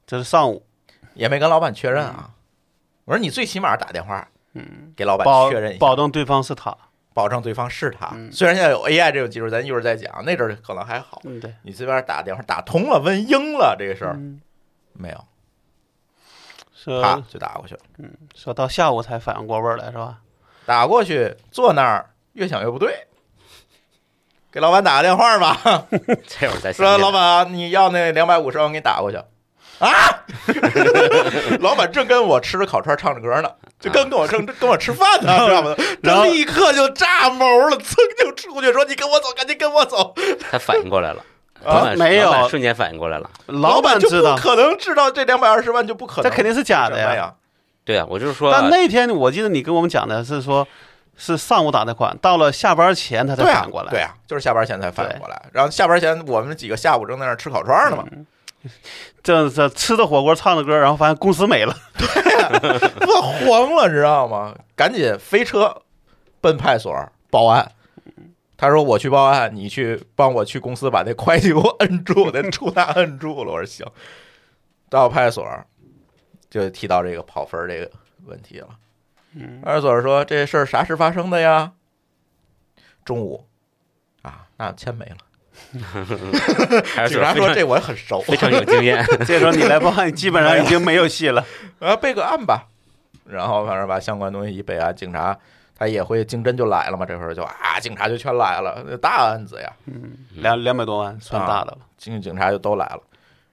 这是上午
也没跟老板确认
嗯
啊。我说你最起码打电话，嗯，给老板
保
确认一下，
保嗯证对方是他。
保证对方是他。虽然现在有 AI 这种技术，咱一会儿再讲，那阵儿可能还好。
嗯，对，
你这边打电话打通了，问英了这个事儿
嗯
没有，啪
说
就打过去了。
说到下午才反应过味儿来是吧？
打过去坐那儿，越想越不对，给老板打个电话 吧，
这会儿
啊
说
再想起来
老板啊你要那两百五十万，我给你打过去。啊！ 老板正跟我吃着烤串唱着歌呢，就跟跟我正跟我吃饭呢，知道吗？
啊 然后
他立刻就炸毛了，噌就出去说：“你跟我走，赶紧跟我走。
他反应过来 了，
啊
老板
没有
老板瞬间反应过来了。”
老板
就
知道
不，可能知道这两百二十万就不可
这
能，
肯定是假的
什么
呀。
呀。
对啊，我就是说，
但那天我记得你跟我们讲的是说，是上午打的款，到了下班前他才
对啊
反应过来。
对啊，就是下班前才反应过来。然后下班前我们几个下午正在那儿吃烤串呢嘛，
这这吃着火锅唱着歌，然后发现公司 没了。
我慌了，你知道吗？赶紧飞车奔派出所报案。他说：“我去报案，你去帮我去公司把那会计给我摁住，那出纳摁住了。”我说：“行。”到派出所就提到这个跑分儿这个问题了。
嗯
派出所说：“这事儿啥时发生的呀？”中午啊，那钱没了。
还是
警察
非
说：“
常
这我很熟。”
非常有经 验，
这时候你来报案，基本上已经没有戏了。
啊，备个案吧。然后反正把相关东西一备案，警察他也会经侦就来了嘛，这会儿就啊，警察就全来了，那大案子呀，嗯
两两百多万算大的了，
警警察就都来了，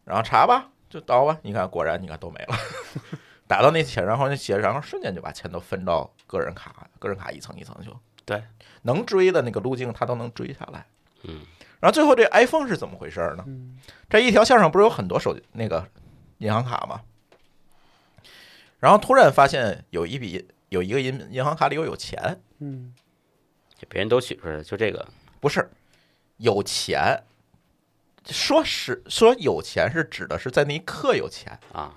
然后查吧，就倒吧，你看果然你看都没了， 打到那钱，然后那钱，然后瞬间就把钱都分到个人卡，个人卡一层一层就
对，
能追的那个路径他都能追下来，
嗯，
然后最后这 iPhone 是怎么回事呢？这一条线上不是有很多手机那个银行卡吗？然后突然发现有一笔有一个银银行卡里有有钱，
嗯，
别人都取出来了，就这个
不是有钱，说是说有钱是指的是在那一刻有钱，
啊，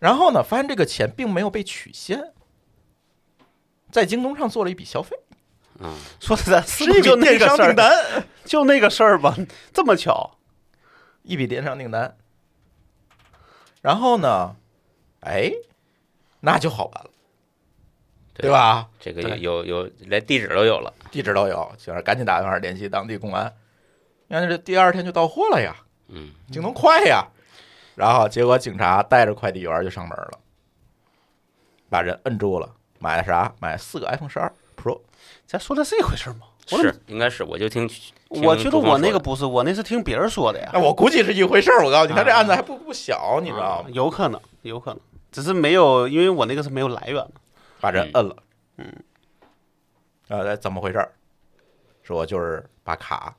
然后呢发现这个钱并没有被取现，在京东上做了一笔消费，
嗯，
说实在，
是
是不
一
是就
笔
那
电
个
商
事
订
儿，
单，
就那个事儿吧，这么巧，
一笔电商订单。然后呢，哎，那就好办了，
对
对吧？
这个
对
有有有连地址都有了，
地址都有，就是赶紧打电话联系当地公安。你看这第二天就到货了呀，
嗯，
京东快呀。然后结果警察带着快递员就上门了，把人摁住了，买了啥？买了四个 iPhone 十二 Pro。
咱说的是一回事儿吗？我怎么
是应该是，我就听，听
我觉得
朱峰
我那
说
个
的
不是，我那是听别人说的呀
那。哎我估计是一回事儿。我告诉你，他这案子还不不小，你知道
啊
吗？
有可能，有可能，只是没有，因为我那个是没有来源的。
把人摁了。嗯，呃，怎么回事儿？说我就是把卡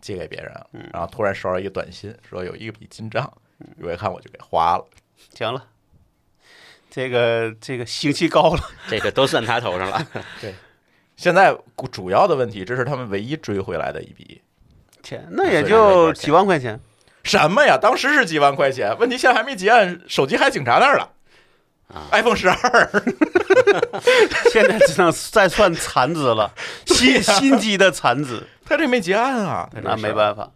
借给别人了，然后突然收到一个短信，说有一笔进账，一回看我就给花了。
行了，这个这个刑期高了，
这个都算他头上了，
现在主主要的问题，这是他们唯一追回来的一笔。
天，那
虽
也
然没多
就
少钱
几万块钱。
什么呀？当时是几万块钱，问题现在还没结案，手机还警察那儿了。iPhone
啊
十二，
现在只能再算残 值了，
啊
新新机的残值，
他这没结案啊，
那没办法，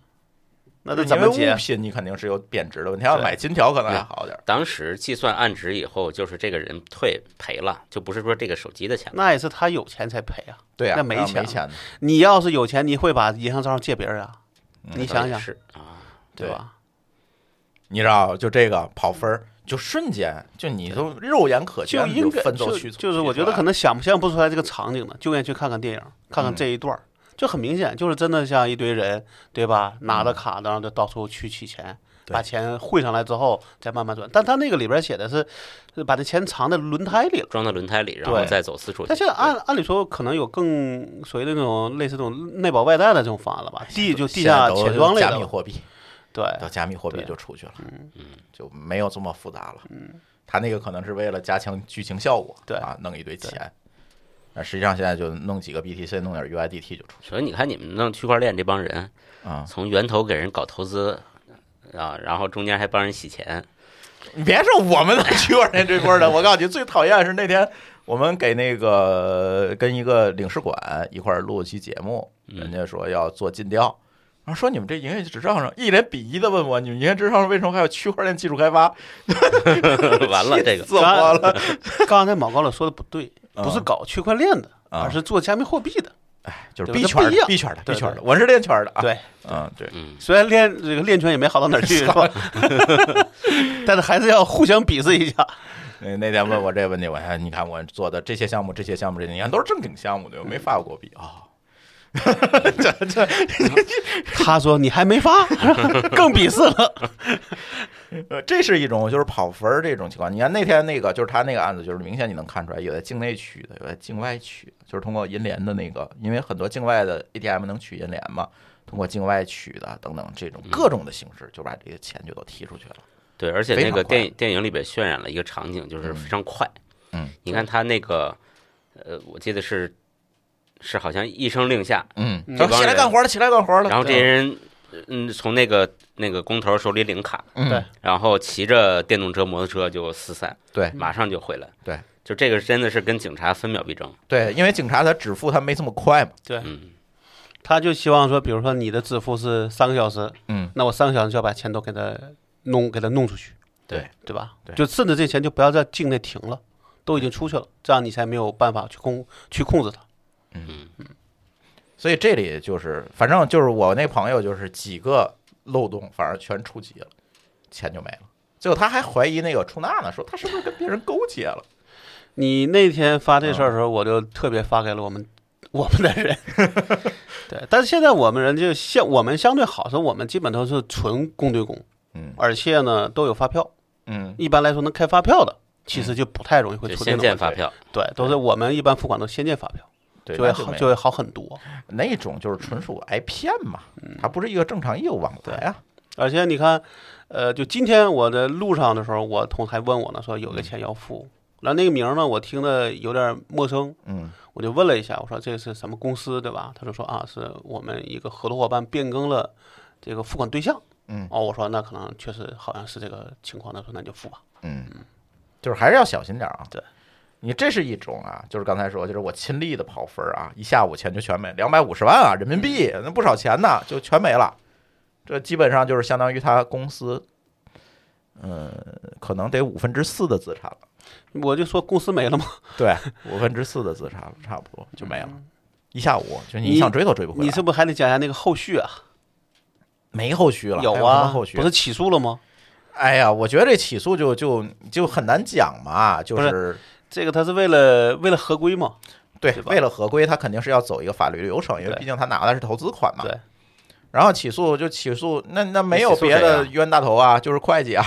那
法
这怎么啊
因为
结
物？品你肯定是有贬值的问题，要
对
买金条可能还好点儿。
当时计算按值以后，就是这个人退赔了，就不是说这个手机的钱了。
那也是他有钱才赔啊。
对呀、
那
没
没钱
没钱的，
你要是有钱，你会把银行账号借别人啊？你
嗯倒
想
也
想，
是啊，
对
吧？
你知道，就这个跑分儿，就瞬间就你都肉眼可见
就
你
应该
分走
就
取出，
就是我觉得可能想不象不出来这个场景呢，就愿意去看看电影，看
嗯
看这一段儿，就很明显，就是真的像一堆人，对吧？
嗯
拿着卡，然后就到处去取钱，
对
把钱汇上来之后再慢慢转。但他那个里边写的是，是把这钱藏在轮胎里了。
装到轮胎里，然后
对
再走私出去。
但现在按按理说，可能有更所谓的那种类似这种内保外贷的这种方案了吧？地就地
现在
下
都
钱庄类
加密
的，
货币，
对，
到加密货币
对
就出去了，
嗯
就没有这么复杂了。
嗯，
他那个可能是为了加强剧情效果，
对
啊，弄一堆钱。那实际上现在就弄几个 BTC，弄点 UIDT 就出去
所以你看，你们弄区块链这帮人，
了啊！
从源头给人搞投资啊，然后中间还帮人洗 钱，
你别说我们的区块链这波的，我告诉你，最讨厌是那天我们给那个跟一个领事馆一块儿录期节目，
嗯
人家说要做尽调，然后说你们这营业执照上一脸鄙夷的问我，你们营业执照上为什么还有区块链技术开
啊
发？
完了这个
气死我 了！嗯
刚才毛高老说的不对，不是搞区块链的，
啊
而是做加密货币的。
就是
对
B
这
圈
不一
的
样
，B 圈的
对
，B 圈
对
的，我是链圈的啊。
对，
嗯，对，
嗯，
虽然练这个练拳也没好到 哪儿去，是吧？但是还是要互相鄙视一下。
那那天问我这个问题，我说你看我做的这些项目，这些项目，这些你看都是正经项目，对吧？没发过国币啊。这这
他说你还没发， 更鄙视了。
呃，这是一种就是跑分儿这种情况。你看那天那个就是他那个案子，就是明显你能看出来，有在境内取的，有在境外取的，就是通过银联的那个，因为很多境外的 ATM 能取银联嘛，通过境外取的等等这
嗯
种各种的形式，就把这些钱就都踢出去了。
对，而且
非
那
常
个
快
电影电影里边渲染了一个场景，就是非常快。
嗯，
你看他那个，呃，我记得是是好像一声令下，
嗯，
嗯
说起来干活了，起来干活了。
然后这些
对啊
人，嗯，从那个那个工头手里领卡，
嗯
对
然后骑着电动车、摩托车就四散，
嗯
对
马上就回来。
对，
就这个真的是跟警察分秒必争。
对，因为警察他止付他没这么快嘛。
对，
嗯，
他就希望说，比如说你的支付是三个小时，
嗯，
那我三个小时就要把钱都给他弄给他弄出去，
对
对吧？
对
就甚至这钱就不要在境内停了，都已经出去了，这样你才没有办法去控去控制它。
所以这里就是，反正就是我那朋友就是几个漏洞，反正全触及了，钱就没了。最后他还怀疑那个出纳呢，说他是不是跟别人勾结了？
你那天发这事儿的时
嗯
候，我就特别发给了我们我们的人， 对。但是现在我们人就相我们相对好，是我们基本都是纯公对公，
嗯
而且呢都有发票，
嗯，
一般来说能开发票的，其实就不太容易会
就
出这
先
种
见
问
发
题，
票，
对，都是我们一般付款都先见发票。
对，
就会
那就
好
没
就会好很多。
那种就是纯属挨骗嘛，
嗯
它不是一个正常业务往来啊。
而且你看，呃，就今天我在路上的时候，我同还问我呢，说有
嗯
个钱要付，然后那个名儿呢，我听的有点陌生，
嗯
我就问了一下，我说这是什么公司，对吧？他就说啊，是我们一个合作伙伴变更了这个付款对象。
嗯
哦，我说那可能确实好像是这个情况，他说那你就付吧。
嗯，就是还是要小心点儿啊。
对，
你这是一种啊，就是刚才说，就是我亲历的跑分儿啊，一下午钱就全没，两百五十万啊，人民
嗯
币那不少钱呢，就全没了。这基本上就是相当于他公司，嗯，可能得五分之四的资产了，
我就说公司没了嘛，
对，五分之四的资产了，差不多就没了。一下午，就你想追都追不回来，
嗯你是不是还得讲一下那个后续啊？
没后续了？还有什
啊
么后续，
不是起诉了吗？
哎呀，我觉得这起诉就就就很难讲嘛，就
不是
是
这个他是为了为了合规嘛，
对
对，吧
为了合规，他肯定是要走一个法律流程，因为
对
毕竟他拿的是投资款嘛。
对。
然后起诉就起诉，那那没有
起诉
别的
谁啊
冤大头啊，就是会计啊，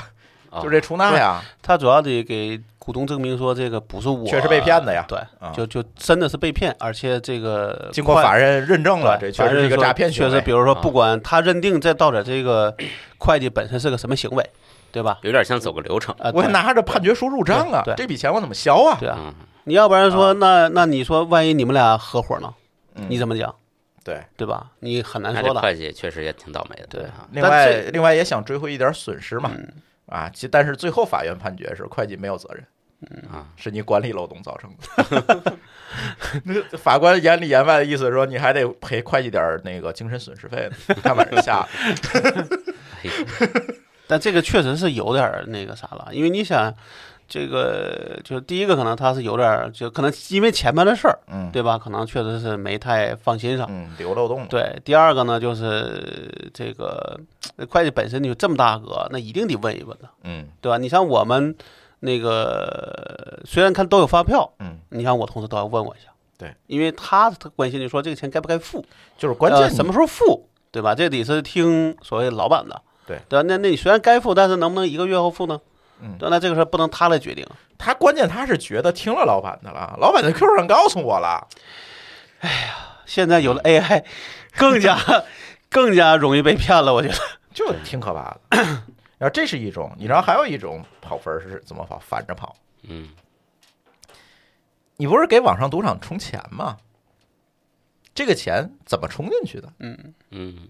哦
就是这出纳呀，
他主要得给股东证明说这个不是我，
确实被骗的呀
对，
啊
就就真的是被骗，而且这个
经过
会
法院认证
对
了，这确实是一个
法
诈
院
骗
说
行
确实，比
为。
如说
啊
不管他认定这到底这个会计本身是个什么行为，对吧？
有点像走个流程。
啊，
我
对
拿着判决书入账啊
对，对
这笔钱我怎么消啊？
对啊，
嗯，
你要不然
啊
说那那你说万一你们俩合伙呢？
嗯
你怎么讲，
对？
对吧？你很难
那
说
这
的。
会计确实也挺倒霉的。
对
啊，
另
但
外
这，嗯
另外也想追回一点损失嘛，啊，其但是最后法院判决是会计没有责任，
嗯
啊，
是你管理漏洞造成的。 那法官眼里言外的意思是说，你还得赔会计点儿那个精神损失费呢， 他把人吓的。
嘿
但这个确实是有点儿那个啥了，因为你想，这个就是第一个可能他是有点儿就可能因为前面的事儿，
嗯，
对吧？可能确实是没太放心上。
嗯，留漏洞了。
对，第二个呢，就是这个呃会计本身就这么大额，那一定得问一问的，
嗯
对吧？你像我们那个虽然看都有发票，
嗯，
你像我同事都要问我一下，
对，
因为他他关心你说这个钱该不该付，
就是关键
呃什么时候付，对吧？这得是听所谓老板的，
对
对吧？那那你虽然该付，但是能不能一个月后付呢？
嗯
对吧，那这个事儿不能他来决定，
你他关键他是觉得听了老板的了，老板在 Q 上告诉我了。嗯
现在有了 AI，更加更加容易被骗了，我觉得。
就挺可怕 的。然后这是一种，你知道还有一种跑分儿是怎么跑？反着跑。
嗯，
你不是给网上赌场充钱吗？这个钱怎么充进去的？
嗯，
嗯，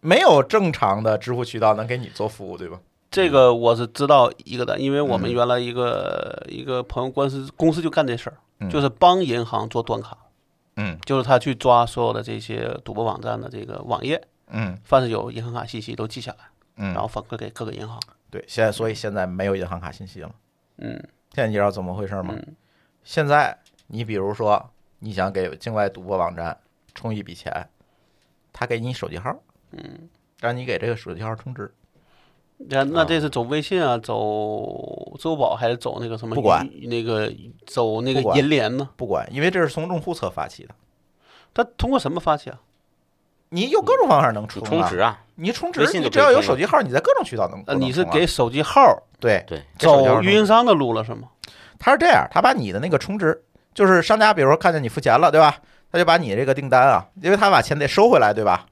没有正常的支付渠道能给你做服务，对吧？
这个我是知道一个的，因为我们
嗯
原来一个、一个朋友官司公司就干这事儿，
嗯
就是帮银行做断卡，
嗯
就是他去抓所有的这些赌博网站的这个网页，
嗯
凡是有银行卡信息都记下来，然后
嗯，
反馈给各个银行。
对，现在所以现在没有银行卡信息了。
嗯
现在你知道怎么回事吗？
嗯
现在你比如说你想给境外赌博网站充一笔钱，他给你手机号，
嗯，
让你给这个手机号充值，
那那
哦
这是走微信啊，走支付宝还是走那个什么？
不管
那个走那个
不管
银联呢？
不管，因为这是从用户侧发起的。
他通过什么发起啊？
你有各种方法能充
你充
啊
值啊，
你充值
微，信
你
就
只
可以
要有
充了
手机号，你在各种渠道能。
呃，
都能
你是
充啊
给手机号
对
对，
给手机号
走
充
运营商的路了是吗？
他是这样，他把你的那个充值，就是商家，比如说看见你付钱了，对吧？他就把你这个订单啊，因为他把钱得收回来，对吧？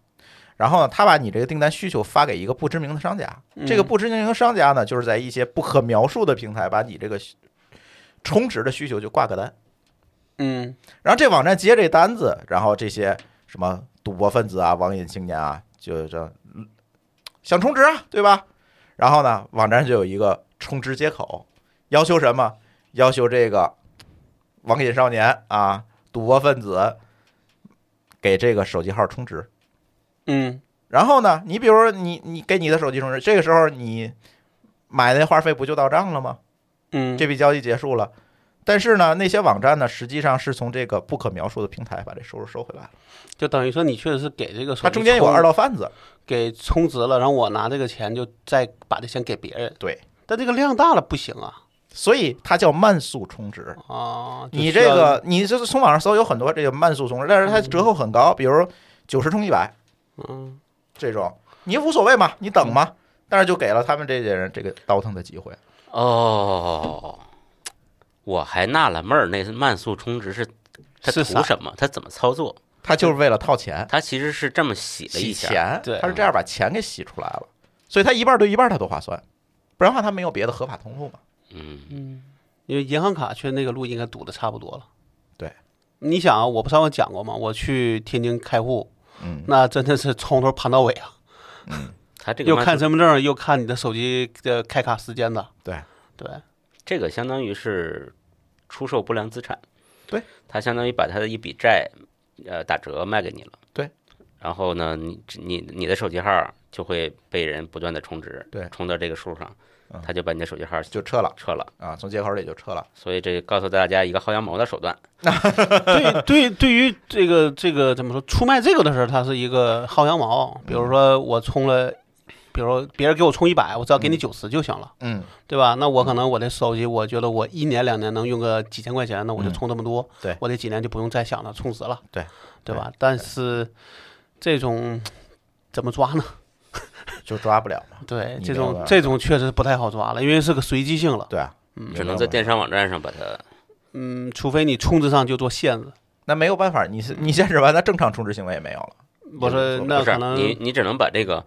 然后呢，他把你这个订单需求发给一个不知名的商家，这个
嗯
不知名的商家呢，就是在一些不可描述的平台，把你这个需充值的需求就挂个单，
嗯
然后这网站接这单子，然后这些什么赌博分子啊、网瘾青年啊，就这嗯想充值啊，对吧？然后呢，网站就有一个充值接口，要求什么？要求这个网瘾少年啊、赌博分子给这个手机号充值。
嗯
然后呢，你比如说你你给你的手机充值，这个时候你买那话费不就到账了吗？
嗯，
这笔交易结束了。但是呢，那些网站呢，实际上是从这个不可描述的平台把这收入收回来了。
就等于说你确实是给这个手机
它中间有
充
二道贩子，
给充值了，然后我拿这个钱就再把这钱给别人。
对，
但这个量大了不行啊
所以它叫慢速充值。
啊！就
你
需
这
要
个，你就是从网上搜有很多这个慢速充值，但是它折扣很高，比如九十充一百
嗯，
这种，你无所谓嘛，你等嘛。但是就给了他们这些人这个倒腾的机会。
哦，我还纳了闷儿，那慢速充值是它
是啥
图什么？它怎么操作？
他就是为了套钱，
它其实是这么洗了
洗
一下，
钱，
对
他是这样把钱给洗出来了，所以他一半对一半他都划算，不然的话他没有别的合法通路嘛。
嗯，
因为银行卡去那个路应该堵的差不多了。
对，
你想啊，我不上回讲过吗？我去天津开户，
嗯，
那真的是从头盘到尾啊，
它这个
又
慢
看
速
身份证，又看你的手机的开卡时间的。
对
对，
这个相当于是出售不良资产，
对，
它相当于把它的一笔债，呃，打折卖给你了，
对。
然后呢，你你你的手机号就会被人不断的充值，
对
充到这个数上
嗯，
他就把你的手机号
就撤了
撤了。
啊，从接口里就撤了。
所以这告诉大家一个薅羊毛的手段，
对对，对于这个这个怎么说出卖这个的事儿，它是一个薅羊毛。比如说我充了，比如说别人给我充一百，我只要给你九十就行了，
嗯，
对吧？那我可能我的手机，我觉得我一年两年能用个几千块钱，那我就
嗯
充这么多，
对
我这几年就不用再想着充值了，
对
对吧？但是这种怎么抓呢？
就抓不了嘛。
对，
你
这
明
种
白
这种确实不太好抓了，因为是个随机性了。
对啊，
嗯只能在电商网站上把它
嗯，除非你充值上就做限制，
那没有办法，你是你限制完，那正常充值行为也没有了。
我说那
不是
可能
你，你只能把这个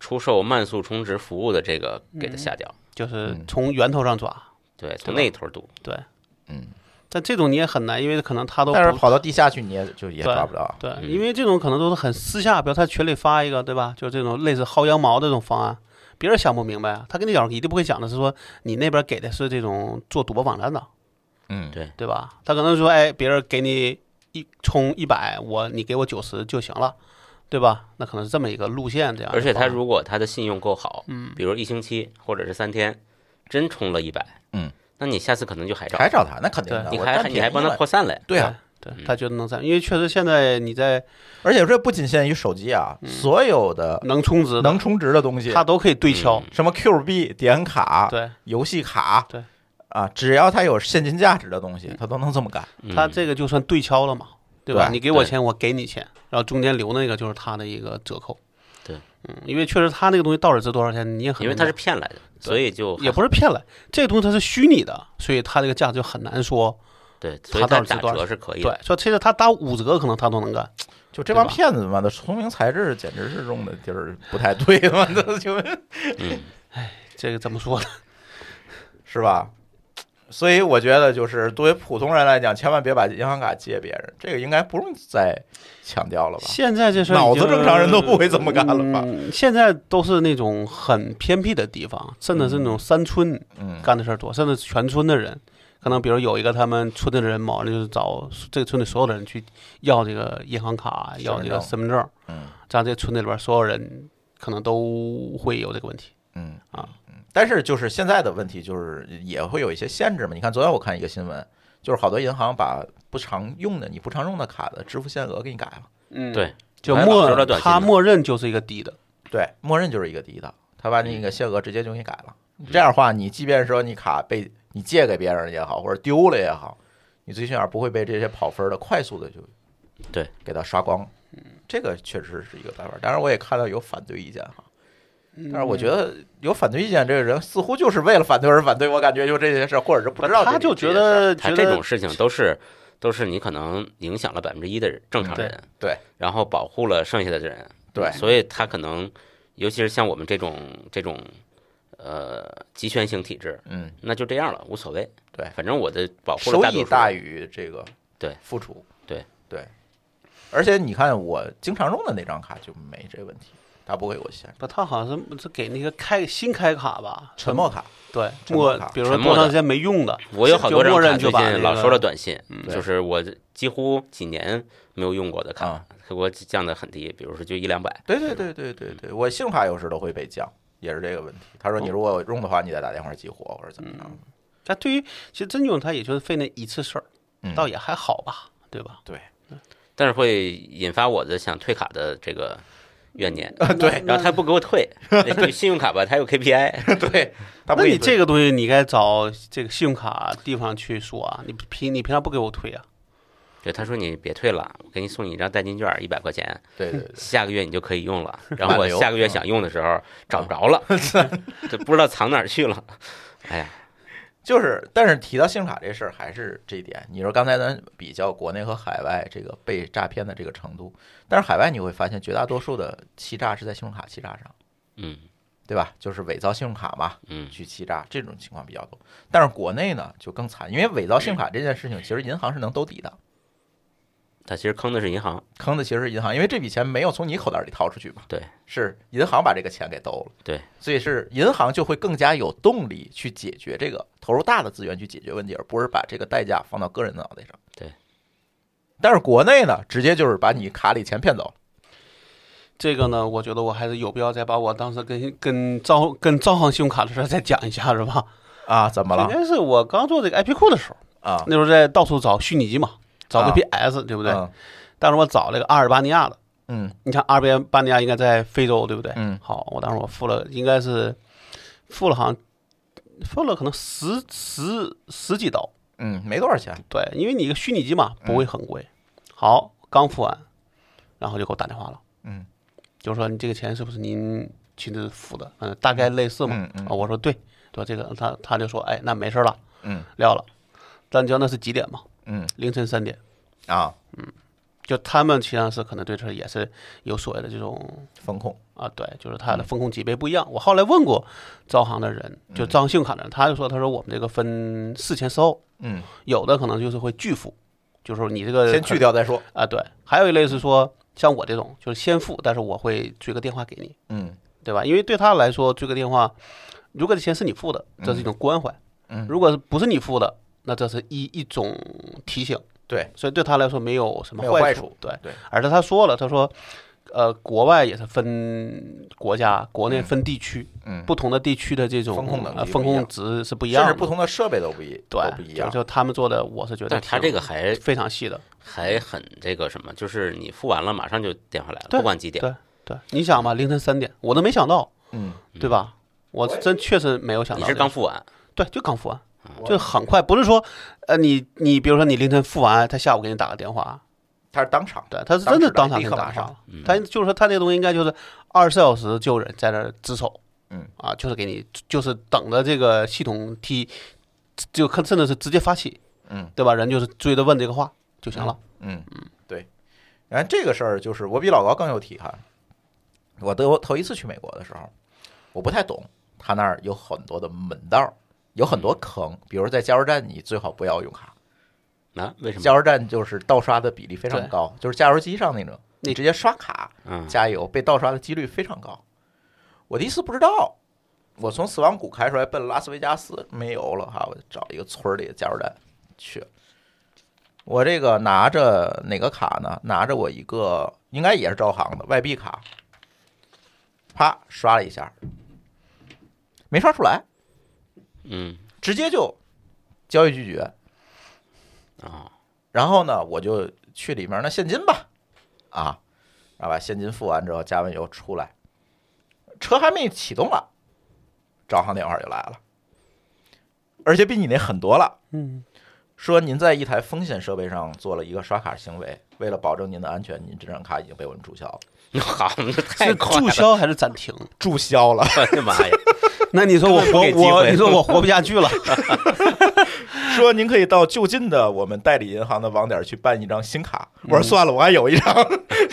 出售慢速充值服务的这个给它下掉，
就是
嗯
从源头上抓。
对，从
对吧
那一头堵。
对，
嗯，
但这种你也很难，因为可能他都不
但是跑到地下去，你也就也
对
抓不着。
对，
嗯
因为这种可能都是很私下，比如他群里发一个，对吧？就这种类似薅羊毛的这种方案，别人想不明白啊，他跟你讲一定不会讲的是说你那边给的是这种做赌博网站的，
嗯
对
对吧？他可能说，哎，别人给你一充一百，我你给我九十就行了，对吧？那可能是这么一个路线，这样的
而且他
方案
如果他的信用够好，嗯，比如一星期或者是三天，真充了一百，
嗯，
那你下次可能就还找，
还找他，那肯定的。
你
我
还
占
你还
便宜
帮他
了
扩散嘞，
对啊，
对他觉得能占，因为确实现在你在
而且这不仅限于手机啊，
嗯
所有的
能充值的，
能嗯充值的东西，
他都可以对敲，
什么 Q 币、点卡、
对
游戏卡，
对
啊，只要它有现金价值的东西，它都能这么干。
嗯
他这个就算对敲了嘛，对吧？
对
你给我
对
钱，我给你钱，然后中间留那个就是他的一个折扣。
对，
嗯，因为确实他那个东西到底值多少钱，你也很
因为他
难
是骗来的，所以就
也不是骗了，这个东西它是虚拟的，所以它这个价值就很难说
对，所以
他到
它
底是
打
多少
折是可以的。
对，所以其实他打五折可能他都能干。
就这帮
对吧
骗子嘛的聪明才智简直是用的地儿不太对嘛， 这就
嗯，
这个怎么说呢？
是吧？所以我觉得，就是作为普通人来讲，千万别把银行卡借别人，这个应该不用再强调了吧？
现在这事儿
脑
已
子
经
正常人都不会这么干了吧
嗯现在都是那种很偏僻的地方，甚至是那种山村
嗯，
干的事儿多，甚至全村的人，可能比如有一个他们村的人嘛，那就是找这个村里所有的人去要这个银行卡，
身份
要这个
证
身份证，
嗯
这样这村子里边所有人可能都会有这个问题。
嗯
啊
嗯但是就是现在的问题就是也会有一些限制嘛。你看昨天我看一个新闻，就是好多银行把不常用的、你不常用的卡的支付限额给你改了，
嗯
对，
就
哎老师
默
的短信
他
呢
默认就是一个低的，
对，默认就是一个低的，他把
嗯
那个限额直接就给你改了。这样的话，你即便说你卡被你借给别人也好，或者丢了也好，你最起码不会被这些跑分的快速的就
对
给它刷光。
嗯
这个确实是一个办法。当然，我也看到有反对意见哈。
嗯
但是我觉得有反对意见，这个人似乎就是为了反对而反对。我感觉就这些事儿，或者是不知道这
他
里
就
这
觉
些事儿
得
他
觉
这
得
种事情都是都是你可能影响了百分之一的人正常人，
对对
然后保护了剩下的人，嗯
对
所以他可能，尤其是像我们这种这种呃集权型体制，
嗯，
那就这样了，无所谓，
对
反正我的保护了
收
大多数
益
人
大于这个
对
付出，
对
对。而且你看，我经常用的那张卡就没这问题，它不会给我限制。
不，他好像是是给那个开新开卡吧，
沉默卡，
对，
沉默
默
卡，
比如说
沉默的
多长时间没用的，
我有好
就
多张
默
卡，
认就
最
把
近
那
老
个嗯
收到短信，
对
就是我几乎几年没有用过的
啊
卡，给我降的很低，比如说就一两百。
对对对对对
嗯
对，我信用卡有时都会被降，也是这个问题。他
哦
说你如果用的话，你得打电话激活或者怎
嗯
么样。
但对于其实真用它也就是费那一次事儿，
嗯
倒也还好吧，对吧？
但是会引发我的想退卡的这个怨念。
啊
对
然后他不给我 退，那信用卡吧，它有 KPI，
对，他不
那
给
你
退
这个东西你该找这个信用卡地方去说啊，你平你平常不给我推啊？
对，他说你别退了，我给你送你一张代金券，一百块钱，
对对对，
下个月你就可以用 了。然后
挽
我
留
下个月想用的时候找不着了，
啊
这不知道藏哪儿去了。哎呀，
就是，但是提到信用卡这事儿，还是这一点。你说刚才咱比较国内和海外这个被诈骗的这个程度，但是海外你会发现，绝大多数的欺诈是在信用卡欺诈上，
嗯
对吧？就是伪造信用卡嘛，
嗯，
去欺诈这种情况比较多。但是国内呢就更惨，因为伪造信用卡这件事情，其实银行是能兜底的，
他其实坑的是银行，
坑的其实是银行，因为这笔钱没有从你口袋里掏出去嘛，
对，
是银行把这个钱给兜了，
对，
所以是银行就会更加有动力去解决这个，投入大的资源去解决问题，而不是把这个代价放到个人的脑袋上。
对，
但是国内呢，直接就是把你卡里钱骗走了，
这个呢，我觉得我还是有必要再把我当时跟跟招跟招行信用卡的事儿再讲一下，是吧？
啊，怎么
应
了
该是我刚做这个 IP 库的时候，
啊？
那时候在到处找虚拟嘛，找
啊
VPS，、对不对？
嗯
当时我找了个阿尔巴尼亚的，
嗯
你看阿尔巴尼亚应该在非洲，对不对？
嗯
好，我当时我付了，应该是付了好像付了可能十十十几刀，
嗯，没多少钱，
对，因为你一个虚拟机嘛，
嗯
不会很贵。好，刚付完，然后就给我打电话了，
嗯
就说你这个钱是不是您亲自付的？嗯，大概类似嘛。
嗯嗯
啊，我说对，对吧？这个他他就说，哎，那没事了，
嗯
撂了。但你知道那是几点吗？
嗯
凌晨三点。
啊，
就他们实际上是可能对这也是有所谓的这种
风控
啊，对，就是它的
嗯
风控级别不一样。我后来问过招行的人，就招行信用卡的人，他就说，他说我们这个分事前事后，
嗯，
有的可能就是会拒付，就是说你这个
先去掉再说，
啊，对，还有一类是说像我这种，就是先付，但是我会追个电话给你，
嗯
对吧？因为对他来说，追个电话，如果这钱是你付的，这是一种关怀；
嗯，
如果是不是你付的，那这是一一种提醒。
对，
所以对他来说没有什么
没有坏
处。
处
对
对
而且他说了，他说，呃，国外也是分国家，国内分地区，
嗯，
不同的地区的这种
风控能力
呃
不
风
一
控
样
值是不一
甚
样
至
的，
不同的设备都不一
对
都不一
就
样，
就他们做的，我是觉得
但是他
挺
这个还
非常细的。
还很这个什么，就是你付完了马上就电话来了，
对
不管几点。
对对，你想吧，凌晨三点，我都没想到，
嗯。
对吧？我真确实没有想到
你
这个。
是刚付啊完，
对，就刚付完，
我
就很快，不是说，呃，你你比如说你凌晨付完，他下午给你打个电话，
他是当场
对，他是真的当
当时立
场给
刻
你打
马
电
上
话了，他
嗯
就是说他这东西应该就是二十四小时就有人在那儿值守，
嗯
啊，就是给你就是等着这个系统提，就看甚至是直接发起，
嗯，
对吧？人就是追着问这个话就行了。
嗯，对。然后这个事儿就是我比老高更有体感。我德国头一次去美国的时候，我不太懂，他那儿有很多的门道儿，有很多坑，比如在加油站你最好不要用卡，
啊，为什么？
加油站就是盗刷的比例非常
对
高，就是加油机上那种，你直接刷卡
嗯
加油被盗刷的几率非常高。我第一次不知道，我从死亡谷开出来奔拉斯维加斯没油了哈，我找一个村儿里的加油站去。我这个拿着哪个卡呢？拿着我一个应该也是招行的外币卡，啪刷了一下，没刷出来，
嗯
直接就交易拒绝。
啊，
然后呢，我就去里面那现金吧，啊，然后把现金付完之后，加完油出来，车还没启动了，招行电话就来了，而且比你那狠多了，
嗯，
说您在一台风险设备上做了一个刷卡行为，为了保证您的安全，您这张卡已经被我们注销了，
好，那太
是
快
注
了，
销还是 暂停？
注销了，
我的妈呀！
那你说我
根本不
活
给机
我
会
你说我活不下去了，
说您可以到就近的我们代理银行的网点去办一张新卡。我说算了，我还有一张，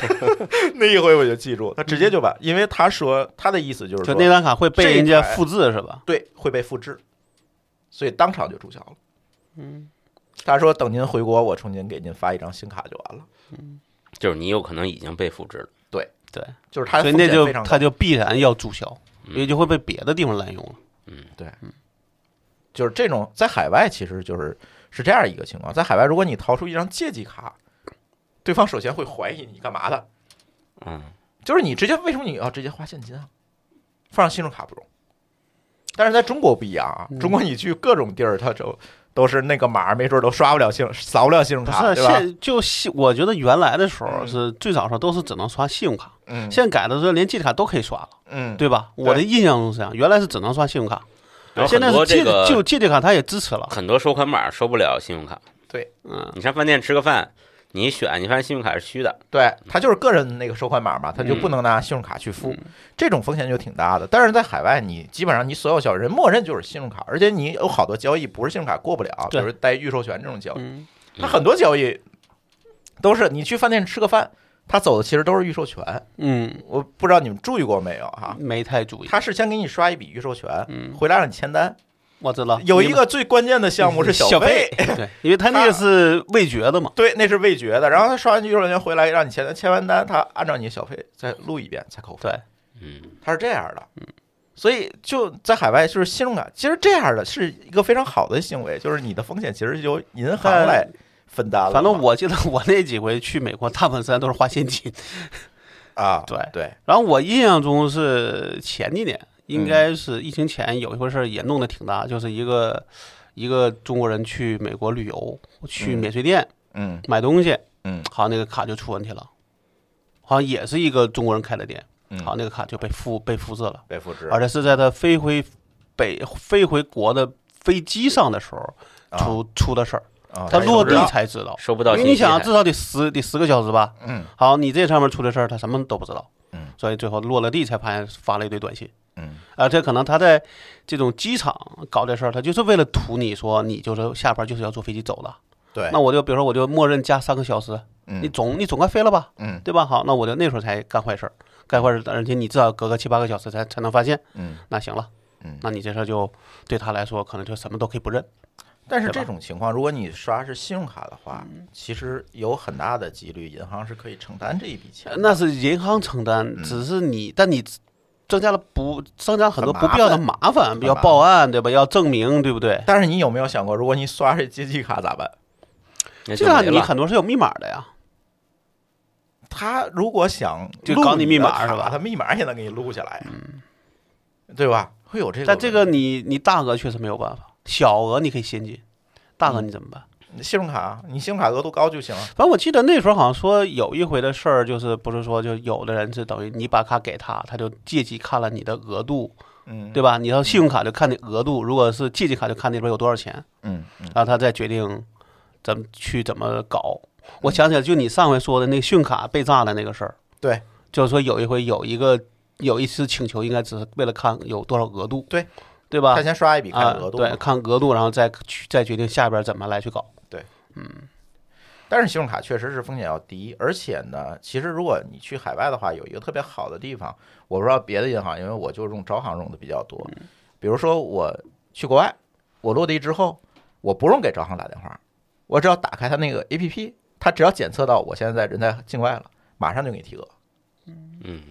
那一回我就记住，他直接就办，因为他说他的意思就是
就
说
那张卡会被人家
这一台
复制是吧？
对，会被复制，所以当场就注销了。嗯，他说等您回国，我重新给您发一张新卡就完了。
就是你有可能已经被复制了，
对，
就是他的
所以
风
那
险
就
非常
他
高，
就必然要注销，
嗯
因为就会被别的地方滥用了。
就是这种在海外其实就是是这样一个情况，在海外如果你掏出一张借记卡，对方首先会怀疑你干嘛的，
嗯，
就是你直接为什么你要直接花现金啊？放上信用卡不中，但是在中国不一样啊，
嗯
中国你去各种地儿，它就都是那个码儿，没准儿都刷不了信用，扫不了信用
不
卡，
是
对吧？
现就信，我觉得原来的时候
嗯
是最早时候都是只能刷信用卡，
嗯
现在改的时候连借记卡都可以刷了，
嗯，
对吧？我的印象中是这样，原来是只能刷信用卡，
然后
现在
很
是
多
借
这
的就
个
借记卡它也支持了。
很多收款码收不了信用卡，
嗯，
你上饭店吃个饭，你一选，你发现信用卡是虚的，
对，他就是个人那个收款码嘛，他就
嗯
不能拿信用卡去付，这种风险就挺大的。但是在海外，你基本上你所有交易人默认就是信用卡，而且你有好多交易不是信用卡过不了，比
对
如带预授权这种交易，
嗯
他很多交易都是你去饭店吃个饭，他走的其实都是预授权。
嗯，
我不知道你们注意过没有
啊
哈、
没太注意。
他是先给你刷一笔预授权，
嗯，
回来让你签单。
我知道
有一个最关键的项目是
小
费，
对，因为他那个是味觉的嘛，
对，那是味觉的。然后他刷完预授权回来让你签单，签完单他按照你的小费再录一遍才扣分。
对，
嗯，
它是这样的。所以就在海外，就是信用卡，其实这样的是一个非常好的行为，就是你的风险其实由银行
但
来分担了嘛。
反正我记得我那几回去美国，大部分时间都是花现金。
啊，
对
对，
然后我印象中是前几年，
嗯
应该是疫情前有一回事儿也弄得挺大，就是一个一个中国人去美国旅游，去
嗯
免税店
嗯
买东西，
嗯，
好像那个卡就出问题了，好像也是一个中国人开的店，
嗯
好像那个卡就被复被复制了，
被复制
而且是在他飞回北飞回国的飞机上的时候
啊
出出的事儿，
啊，
他
也
落
不知
地
道
才知道。
收不
因
到
为
信
你
息
想，啊
还，
至少得十得十个小时吧。
嗯
好，你这上面出的事儿，他什么都不知道，
嗯，
所以最后落了地才发现发了一堆短信。
嗯
而且可能他在这种机场搞这事儿，他就是为了图你说你就是下班就是要坐飞机走的。
对，
那我就比如说我就默认加三个小时，
嗯
你总你总该飞了吧，
嗯
对吧？好，那我就那时候才干坏事儿，干坏事儿，而且你至少隔个七八个小时才才能发现。
嗯
那行了，
嗯。
那你这事儿就对他来说可能就什么都可以不认。
但是
对吧
这种情况，如果你刷是信用卡的话，其实有很大的几率银行是可以承担这一笔钱
呃
的。
那是银行承担，
嗯
只是你，但你增加了不增加了很多
很
不
麻
必要的
烦
麻烦，
麻
要
烦
报案对吧？要证明对不对？
但是你有没有想过，如果你刷是借记卡咋办？
那
这
就
个
没
你
了。
很多是有密码的呀，
他如果想
就
录
搞你密
的
码是
卡
吧
他密码也能给你录下来，嗯，对吧？会有这个问
但
题，
这个你你大额确实没有办法，小额你可以先进，大
嗯
额你怎么办？
信用卡，你信用卡额度高就行了。
反正我记得那时候好像说有一回的事儿，就是不是说就有的人是等于你把卡给他，他就借机看了你的额度，
嗯，
对吧？你要信用卡就看你额度，如果是借记卡就看那边有多少钱，
嗯嗯
然后他再决定怎么去怎么搞。我想起来，就你上回说的那个信用卡被炸的那个事儿，
对，
就是说有一回有一个有一次请求，应该只是为了看有多少额度，
对
对吧
他？先刷一笔看
啊
额，度嘛，
对，看额度，然后再去再决定下边怎么来去搞。
但是信用卡确实是风险要低，而且呢，其实如果你去海外的话，有一个特别好的地方，我不知道别的银行，因为我就用招行用的比较多。比如说我去国外，我落地之后，我不用给招行打电话，我只要打开它那个 APP，它只要检测到我现在在人在境外了，马上就给你提额。
嗯，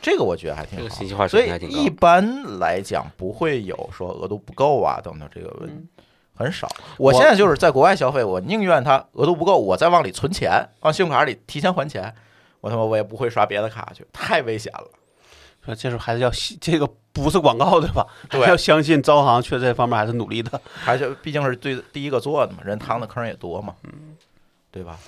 这个我觉得
嗯
还挺
这个
好
信。息化
所
水
以
平还挺
一
高。
般来讲不会有说额度不够啊等等这个问
嗯
很少。我现在就是在国外消费，我宁愿它额度不够，我再往里存钱，往信用卡里提前还钱，我他妈我也不会刷别的卡去，太危险了。
说这时候还是要信这个不是广告对吧？
对
还要相信招行，确实这方面还是努力的。
而且毕竟是最第一个做的嘛，人趟的坑也多嘛，对吧？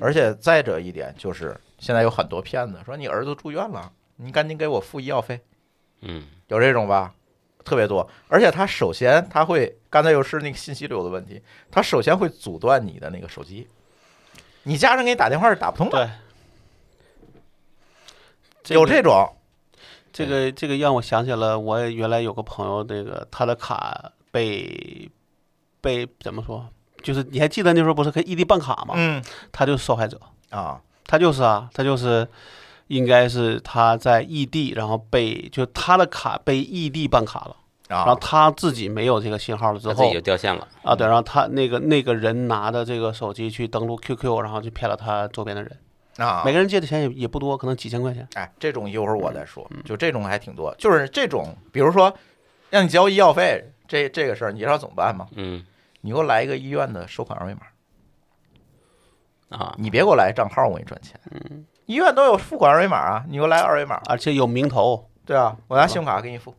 而且再者一点就是，现在有很多骗子说你儿子住院了，你赶紧给我付医药费，
嗯，
有这种吧？特别多，而且他首先他会，刚才又是那个信息流的问题，他首先会阻断你的那个手机，你家人给你打电话是打不通的，
对，
有这种，
这个这个让我想起了我原来有个朋友，那个他的卡被被怎么说？就是你还记得那时候不是可以异地办卡吗？
嗯
他就是受害者，
啊，
他就是啊，他就是应该是他在异地，然后被就他的卡被异地办卡了，然后
啊，
他自己没有这个信号了之
他自己
后
就掉线了。
啊，对，然后他那个那个人拿着这个手机去登录 QQ，然后就骗了他周边的人，
啊
每，个人借的钱也也不多，可能几千块钱。
哎，这种一会儿我再说，
嗯
就这种还挺多，就是这种，比如说让你交医药费这这个事儿，你知道怎么办吗？
嗯
你给我来一个医院的收款二维码，
啊，
你别给我来账号，我给你转钱，
嗯
医院都有付款二维码啊，你给我来二维码，
而且有名头，
对啊，我拿信用卡给你付。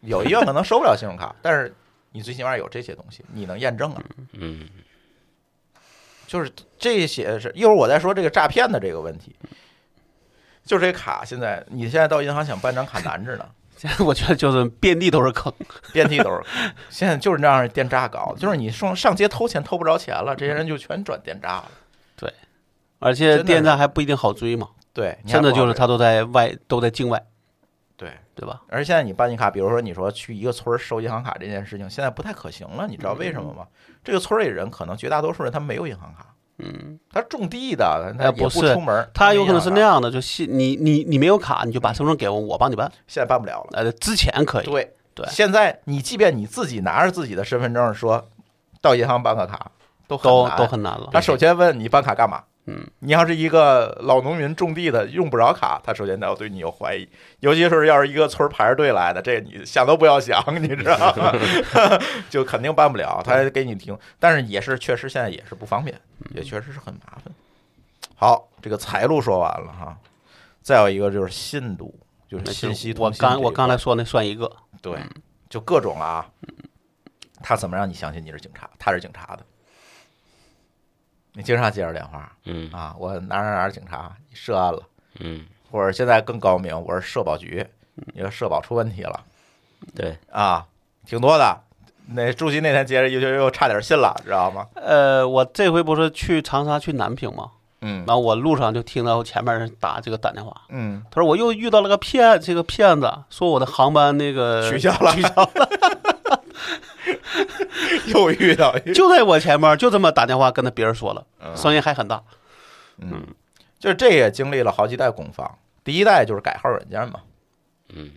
有医院可能收不了信用 卡，但是你最起码有这些东西，你能验证啊。
嗯
就是这些是一会儿我再说这个诈骗的这个问题。就这卡，现在你现在到银行想办张卡难 着呢，
现在我觉得就是遍地都是坑。
遍地都是。现在就是让人电诈搞，就是你上上街偷钱偷不着钱了，这些人就全转电诈了。
而且电诈还不一定好追嘛，
对，你还
甚至就
不
是
好
他都在外，都在境外，
对。
对吧？
而现在你办一卡，比如说你说去一个村儿收银行卡这件事情，现在不太可行了，你知道为什
嗯
么吗？这个村儿里人可能绝大多数人他没有银行卡，嗯，他种地的，他
哎
也
不是
出门儿，
他有可能是那
没银行
样的，就信你你你没有卡，你就把身份证给我，我帮你办。
卡，现在办不了了。
呃，之前可以，
嗯对
对
现在你即便你自己拿着自己的身份证说到银行办个卡，都很
都
难
都。很难了。
他首先问你办卡干嘛？
嗯，
你要是一个老农民种地的，用不着卡，他首先他要对你有怀疑，尤其是要是一个村儿排着队来的，这个你想都不要想， 你知道吗？就肯定办不了，他还给你停，但是也是确实现在也是不方便，
嗯
也确实是很麻烦。好，这个财路说完了哈，再有一个就是信度，就是
那
信息
就
通
我
信这一
刚我
块
刚才说那算一个，
对，就各种了啊。他怎么让你相信你是警察？他是警察的，你经常接着电话
嗯
啊，我哪哪哪儿警察，你涉案了，
嗯，
或者现在更高明，我是社保局，你说社保出问题了
对，
啊，挺多的。那朱鑫那天接着又又又差点信了，知道吗？
呃，我这回不是去长沙去南平吗？
嗯
然后我路上就听到前面人打这个打电话，
嗯，
他说我又遇到了个骗，这个骗子说我的航班那个
取消了
呃取消了，
又遇到一
就在我前面，就这么打电话跟他别人说了，声音还很大。
嗯，就是这也经历了好几代攻防，第一代就是改号软件嘛，
嗯，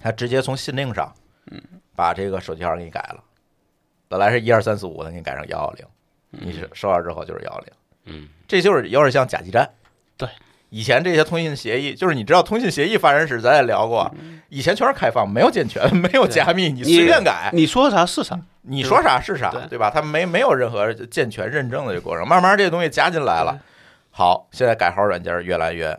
他直接从信令上，嗯，把这个手机号给你改了，本来是一二三四五的，给你改成幺幺零，
嗯
你是收到之后就是幺幺零，
嗯，
这就是有点像假基站，
对。
以前这些通信协议，就是你知道通信协议发展史，咱也聊过，以前全是开放，没有健全，没有加密，你随便改，
嗯你说啥是啥，
你说啥是啥
对，
对吧？他没没有任何健全认证的这个过程，慢慢这东西加进来了。好，现在改号软件越来越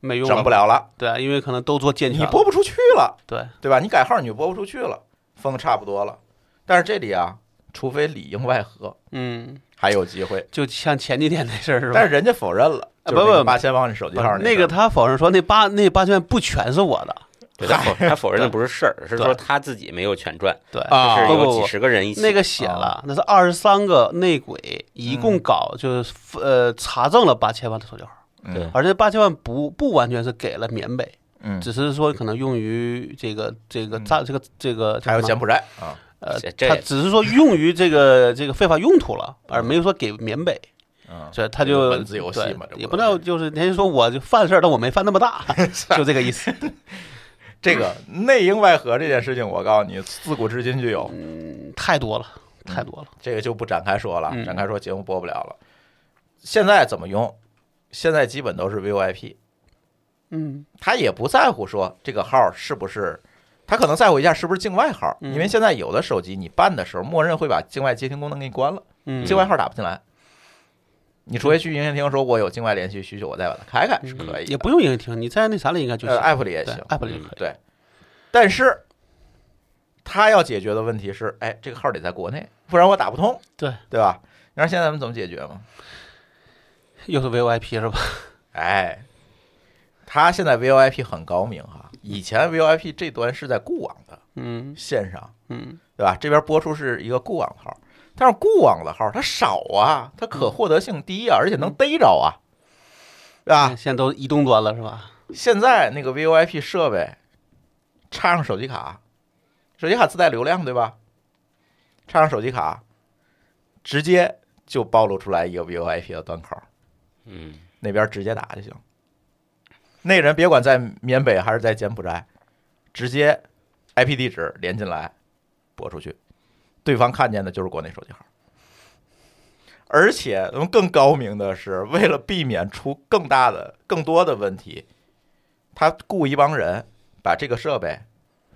没用
整不了了，
对，啊因为可能都做健全
你
了。
播不出去了，
对，
对吧？你改号你就播不出去了，封的差不多了。但是这里啊，除非里应外合，
嗯，
还有机会。
就像前几天那事儿是吧？
但是人家否认了，就
啊
是
不不
那个八千往你手机
不
号
是那个他否认说那八那八千万不全是我的，
对他否他否认的不是事儿，是
对
说他自己没有全赚，
对，
啊
是
不不
有
不
几十个人一起。
那个写了，那是二十三个内鬼，一共搞就是呃查证了八千万的手机号，
嗯
而这八千万不不完全是给了缅北，
嗯，
只是说可能用于这个这个诈这个这个
还有
钱
柬埔寨啊，
呃
这，这
它只是说用于这个这个非法用途了，而没有说给缅北，
嗯，
所以他
这个
就
文字游戏嘛
对
这不
也不知道就是人家说我就犯事儿，但我没犯那么 大，就这个意思。
这个内应外合这件事情，我告诉你，自古至今就有，
嗯太多了，太多了。
这个就不展开说了，
嗯
展开说节目播不了了。现在怎么用？现在基本都是 VOIP，
嗯
他也不在乎说这个号是不是，他可能在乎一下是不是境外号，
嗯
因为现在有的手机你办的时候，默认会把境外接听功能给你关了，
嗯
境外号打不进来。你除非去营业厅说我有境外联系需求，我再把它开开是可以的，
嗯也不用影厅，你在那啥里应该就行
呃。app 里也
对
行，嗯
，app 里也可以。
对，但是他要解决的问题是，哎，这个号得在国内，不然我打不通，
对
对吧？你说现在咱们怎么解决嘛？
又是 VOIP 是吧？
哎，他现在 VoIP 很高明哈，以前 VoIP 这端是在固网的
嗯
线上，
嗯
对吧？这边播出是一个固网号，但是固网的号它少啊，它
嗯
可获得性低啊，而且能逮着啊，对吧？
啊现在都移动端了是吧？
现在那个 VoIP 设备插上手机卡，手机卡自带流量对吧？插上手机卡，直接就暴露出来一个 VoIP 的端口，
嗯，
那边直接打就行。那人别管在缅北还是在柬埔寨，直接 IP 地址连进来拨出去，对方看见的就是国内手机号。而且，我们更高明的是，为了避免出更大的、更多的问题，他雇一帮人把这个设备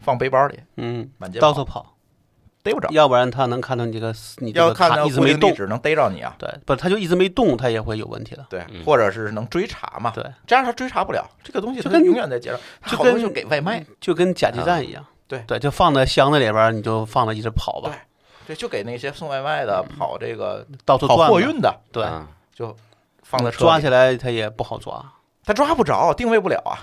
放背包里，
嗯，
满街
到
跑
处跑，
逮不着。
要不然他能看到你这个你这
要
个
看
卡
到
一直
固
没
定地
动，
址能逮着你啊，
对，不，他就一直没动，他也会有问题的。
对，
嗯
或者是能追查嘛，
对，
这样他追查不了这个东西，
就
他
跟
永远在街上，他
就
好多
跟嗯
就给外卖，
就跟甲基站一样。
啊对
对，就放在箱子里边儿，你就放着一直跑吧，
对，就给那些送外卖的、
嗯
跑这个
到处
跑
转
货
吧。
运的，
对，
啊
就放在车
嗯抓
里
起来他也不好抓，
他抓不着，定位不了啊，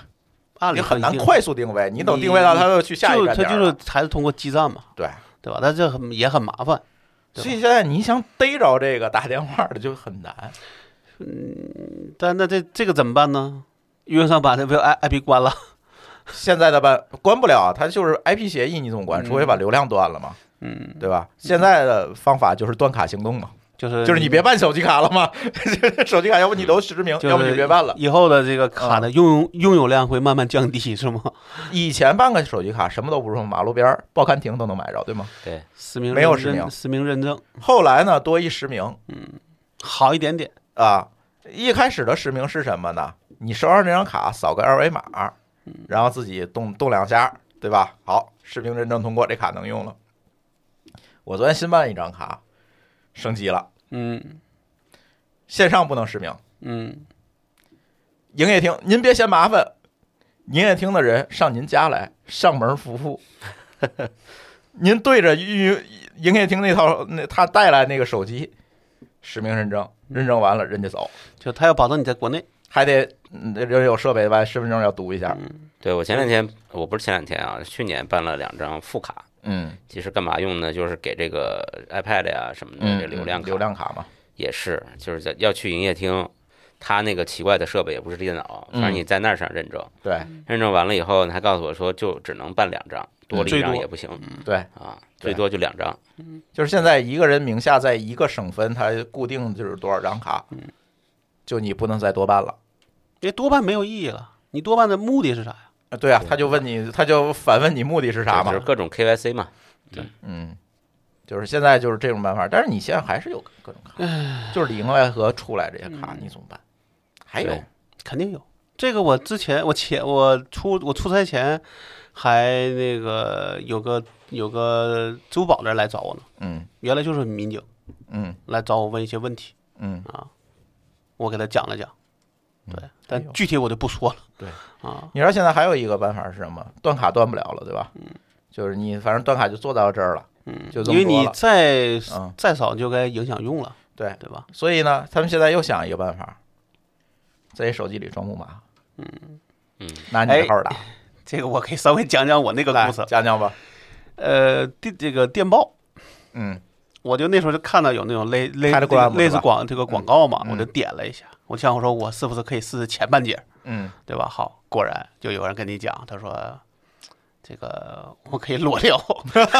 按理
你很
说一
难
定
快速定位，你等
你
定位到他就去下一
就
站
他
点
就
儿了啊
是还是通过基站嘛，
对。
对吧？但这很也很麻烦，对吧
所以现在你想逮着这个打电话的就很难，
但那这这个怎么办呢？运营商把这 V I I P 关了，
现在的办关不了啊，它就是 IP 协议，你怎么关？
嗯
除非把流量断了嘛，
嗯，
对吧？现在的方法就是断卡行动嘛，
就是
就是你别办手机卡了嘛， 手机卡要不你留实名，
就是
要不你别办了。嗯
以后的这个卡的拥有拥有量会慢慢降低，是吗？
以前办个手机卡什么都不是，马路边儿报刊亭都能买着，对吗？
对，
实名
没有
认
实名
证实名认证
后来呢，多一实名，
好一点点，
啊，一开始的实名是什么呢？你手上这张卡扫个二维码，然后自己动动两下，对吧？好，实名认证通过，这卡能用了。我昨天新办一张卡，升级了，
嗯
线上不能实名。
嗯
营业厅，您别嫌麻烦，营业厅的人上您家来上门服 务，您对着运营营业厅那套那他带来那个手机实名认证，
嗯
认证完了人家走。
就他要保证你在国内，
还得嗯人有设备把身份证要读一下。
对我前两天我不是前两天啊，去年办了两张副卡，
嗯，
其实干嘛用呢？就是给这个 iPad 呀、什么的
嗯
这流量卡，
流量卡嘛，
也是，就是在要去营业厅，他那个奇怪的设备也不是电脑，
嗯
反正你在那儿上认证，
对
认证完了以后，你还告诉我说就只能办两张，多了
最
一
多
张也不行
对，
啊，
对
最多就两张。
就是现在一个人名下在一个省份，他固定就是多少张卡，
嗯
就你不能再多办了。
因为多半没有意义了。你多半的目的是啥呀？
啊对啊，他就问你，他就反问你目的是啥嘛
就是？各种 KYC 嘛，
嗯，就是现在就是这种办法，但是你现在还是有各种卡，就是里应外合出来这些卡，你怎么办？还有
对
肯定有。这个我之前我前我出我出差前还那个有个有个支付宝的人来找我呢，
嗯
原来就是民警
嗯
来找我问一些问题
嗯，
啊，我给他讲了讲，对，
哎呦
但具体我就不说了。
对
啊，
你知道现在还有一个办法是什么？断卡断不了了，对吧？就是你反正断卡就做到这儿了，
嗯，
就这
因
么
为
多
你
了。
再
嗯，
再少就该影响用了，
对，
对吧？
所以呢，他们现在又想一个办法，在你手机里装木马，
嗯，
拿你的号打，
这个我可以稍微讲讲我哎那个
来
故事。
讲讲吧。
呃，电这个电报，
嗯
我就那时候就看到有那种类类
开了
这
罐
个
子
类
是
似
吧
广这个广告嘛，
嗯
我就点了一下。我想我说我是不是可以试试前半截，
嗯
对吧？好，果然就有人跟你讲，他说这个我可以裸 聊，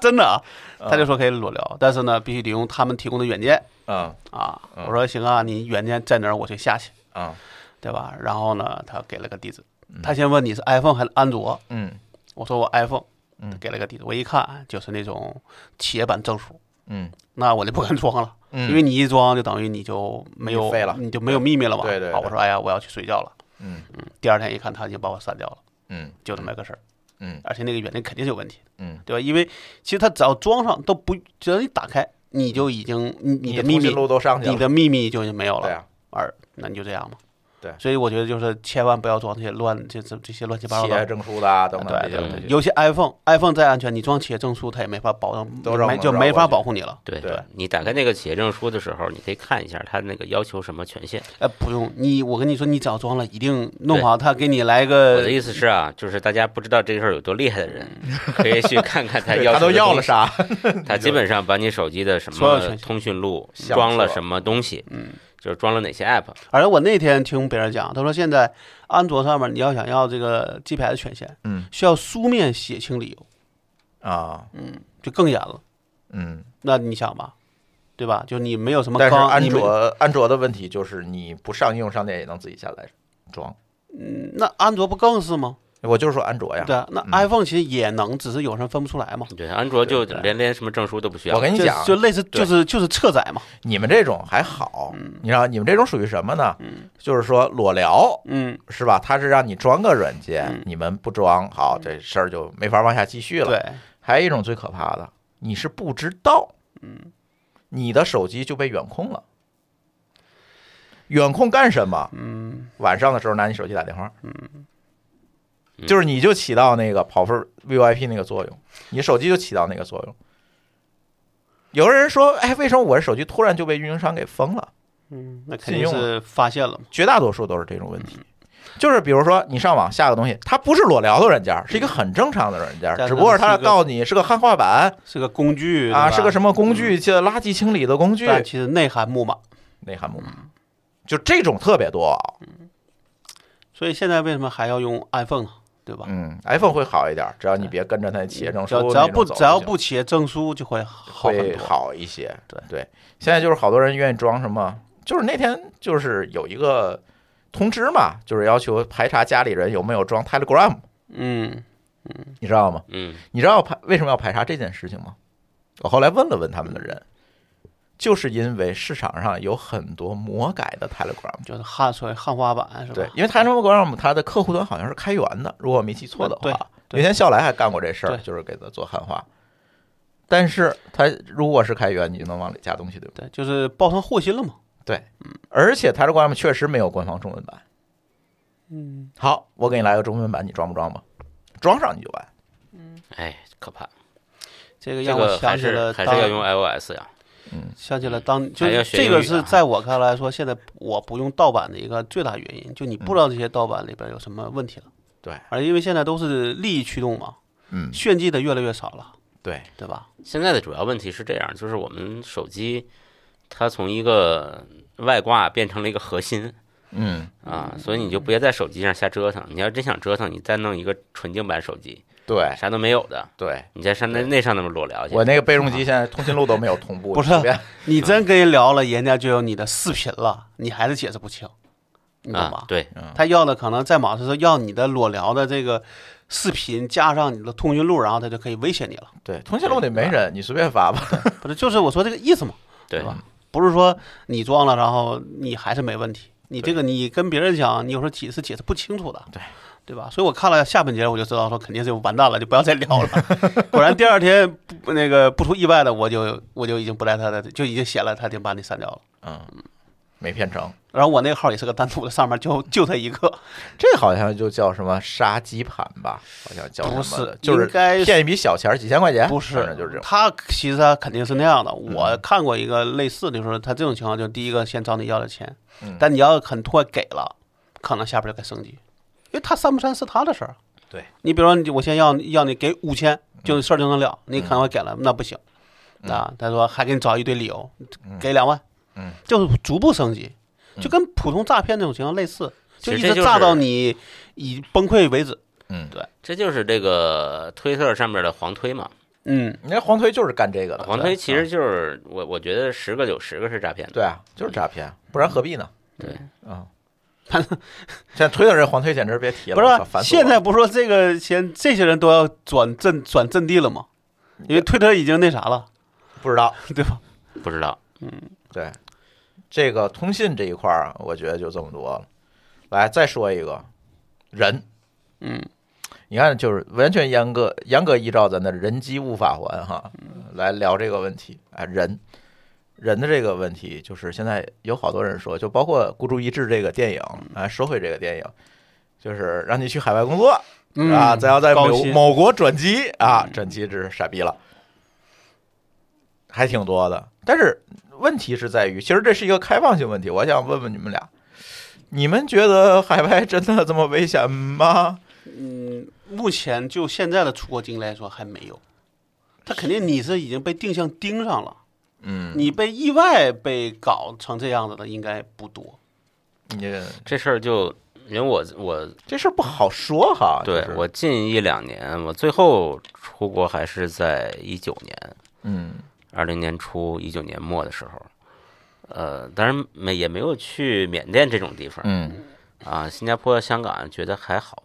真的啊，
嗯
他就说可以裸聊，但是呢，必须得用他们提供的软件
啊
啊。
嗯
我说行啊，你软件在哪儿，我去下去，
啊
对吧？然后呢，他给了个地址，他先问你是 iPhone 还是安卓，
嗯
我说我 iPhone，
嗯
他给了个地址，我一看就是那种企业版证书，
嗯
那我就不敢装了，
嗯，
因为你一装就等于你就没有
你废了
你就没有秘密了嘛。
对对对
啊，我说哎呀，我要去睡觉了。
嗯
第二天一看，他已经把我删掉了，
嗯
就这么个事儿。
嗯
而且那个软件肯定是有问题的，
嗯，
对吧？因为其实它只要装上都不，只要一打开，你就已经你你的秘密，
路都上去了，
你的秘密就已经没有
对
了。
啊，
而那你就这样嘛。
对
所以我觉得就是千万不要装这些乱，这这这些乱七八糟
企业
的。
证书的啊等等
对
这些
对
东
对，
西，
尤其 iPhone，iPhone 再安全，你装企业证书，它也没法保证，
都让
没
我
就
知道
没
我
法
去
保护你了。
对
对
你打开那个企业证书的时候，你可以看一下它那个要求什么权限。
哎，不用你，我跟你说，你只要装了，一定弄好，他给你来个。
我的意思是啊，就是大家不知道这个事儿有多厉害的人，可以去看看他
对
要
他都
求的
要
东
了
西，
啥？
他基本上把你手机的什
所有权
么
限
通讯录
相册
装了什么东西，嗯，就是装了哪些 app，
而且我那天听别人讲，他说现在安卓上面你要想要这个 GPS 权限，
嗯，
需要书面写清理 由，
啊，
就更严了。
嗯，
那你想吧，对吧？就你没有什么
但是
刚，
安
你没
卓安卓的问题就是你不上应用商店也能自己下载装，
嗯那安卓不更是吗？
我就是说安卓哎呀。嗯
对啊，那 iPhone 其实也能，只是有人分不出来嘛。
对，安卓就
对对
连连什么证书都不需要。
我跟你
就
讲，
就类似就是就是侧载嘛，
你们这种还好，
嗯
你知道你们这种属于什么呢？就是说裸聊
嗯，
是吧？它是让你装个软件
嗯，
你们不装，好，这事儿就没法往下继续了。
对，
还有一种最可怕的，你是不知道，嗯，你的手机就被远控了。远控干什么？
嗯，
晚上的时候拿你手机打电话，
嗯
就是你就起到那个跑分 VoIP 那个作用，你手机就起到那个作用。有人说，哎，为什么我的手机突然就被运营商给封了？
嗯，那肯定
啊
是发现了嘛。
绝大多数都是这种问题。就是比如说，你上网下个东西，它不是裸聊的软件，是一个很正常的软件，
但是
只不过
它
它
是一个
告诉你是个汉化版，
是个工具
啊，是个什
么
么工具？这垃圾清理的工具，
但其实内涵木马。
内涵物，嗯就这种特别多。
所以现在为什么还要用 iPhone 呢？对吧？
嗯，iPhone 嗯会好一点，只要你别跟着它企业证
只
书
要只
那
要
种
不
走就
只要
行
不写证书就会好很
会
多。
好一些。
对
现在就是好多人愿意装什么，就是那天就是有一个通知嘛，就是要求排查家里人有没有装 Telegram，
嗯，
你知道吗？
嗯，
你知道排为什么要排查这件事情吗？我后来问了问他们的人，就是因为市场上有很多魔改的 Telegram。
就是汉所谓汉化版是吧？
对，因为 Telegram 它的客户端好像是开源的，如果我没记错的
对
话，
对
原先笑来还干过这事儿，
对
就是给它做汉化。但是它如果是开源，你就能往里加东西，对吧？
对，就是报上祸心了嘛。
而且 Telegram 确实没有官方中文版。
嗯，
好，我给你来个中文版，你装不装吧？装上你就完。
哎，可怕，
这个
这
让我
个
想
还
起
是
了
还
当
是要用 iOS 呀。
嗯
想起了当就
还要
是
学
这
英
个
语
是
啊
在我看来说，现在我不用盗版的一个最大原因，就你
嗯
不知道这些盗版里边有什么问题了。
对，
而因为现在都是利益驱动嘛，
嗯，
炫技的越来越少了，
对，
对吧？
现在的主要问题是这样，就是我们手机它从一个外挂变成了一个核心
嗯，
啊，所以你就别在手机上瞎折腾。你要真想折腾，你再弄一个纯净版手机，哎
对
啥都没有的，
对。
你在上那那上那么裸聊去啊
我。那个备用机现在通讯录都没有同步，
不是
随便
你真跟人聊了，人家就有你的视频了，你还是解释不清，你懂
啊
吧，？
对，
他要的可能在马上说要你的裸聊的这个视频，加上你的通讯录，然后他就可以威胁你了。
对，通讯录里没人，你随便发吧。
不是，就是我说这个意思嘛，
对，
吧？不是说你装了，然后你还是没问题，你这个你跟别人讲，你有时候解释解释不清楚的，
对
对吧？所以我看了下半节，我就知道说肯定是完蛋了，就不要再 聊了。果然第二天不那个不出意外的，我就我就已经不在他的，就已经写了，他已经把你删掉了。
嗯，没骗成。
然后我那个号也是个单独的，上面就就他一个，
这好像就叫什么杀鸡盘吧，好像叫
不
什么
是
的，就是
应该是
骗一笔小钱儿，几千块钱，
不
反
是
正，就是这种。
他其实他肯定是那样的。我看过一个类似的，就是他这种情况，就第一个先找你要的钱
嗯，
但你要很突然给了，可能下边就该升级，因为他删不删是他的事儿。
对，嗯
你比如说你，我先要要你给五千，就事儿就能了，你可能会给了，那不行。啊，他说还给你找一堆理由，给两万，
嗯，
就是逐步升级，就跟普通诈骗这种情况类似，
其
就
实
一
这
直
就是
炸到你以崩溃为止。
嗯，
这就是这个推特上面的黄推嘛。
嗯，
你看黄推就是干这个的，
黄
呃对嗯
推其实就是我，我觉得十个有十个是诈骗的。
对啊，就是诈骗，不然何必呢？
对
啊，现在推特这黄推简直别提了，
不是
烦死我
吧，
了
现在不说这个先这些人都要转阵转阵地了吗？因为推特已经那啥了，
不知道
对吧？
不知道，
对这个通信这一块儿，我觉得就这么多了。来，再说一个人，
嗯，
你看，就是完全严格严格依照咱的人机物法环哈来聊这个问题啊，人人的这个问题，就是现在有好多人说，就包括《孤注一掷》这个电影啊，说回这个电影，就是让你去海外工作啊，咱要在
嗯高
某
薪嗯
某国转机啊，转机这是傻逼了，还挺多的。但是问题是在于，其实这是一个开放性问题，我想问问你们俩，你们觉得海外真的这么危险吗？
嗯，目前就现在的出国经历来说还没有，他肯定你是已经被定向盯上了，
嗯，
你被意外被搞成这样子的应该不多。
你
这事儿就因为我我
这事儿不好说哈。
对
啊就是
我近一两年，我最后出国还是在一九年，
嗯
二零年初一九年末的时候。呃，当然没也没有去缅甸这种地方
嗯
啊，新加坡、香港觉得还好，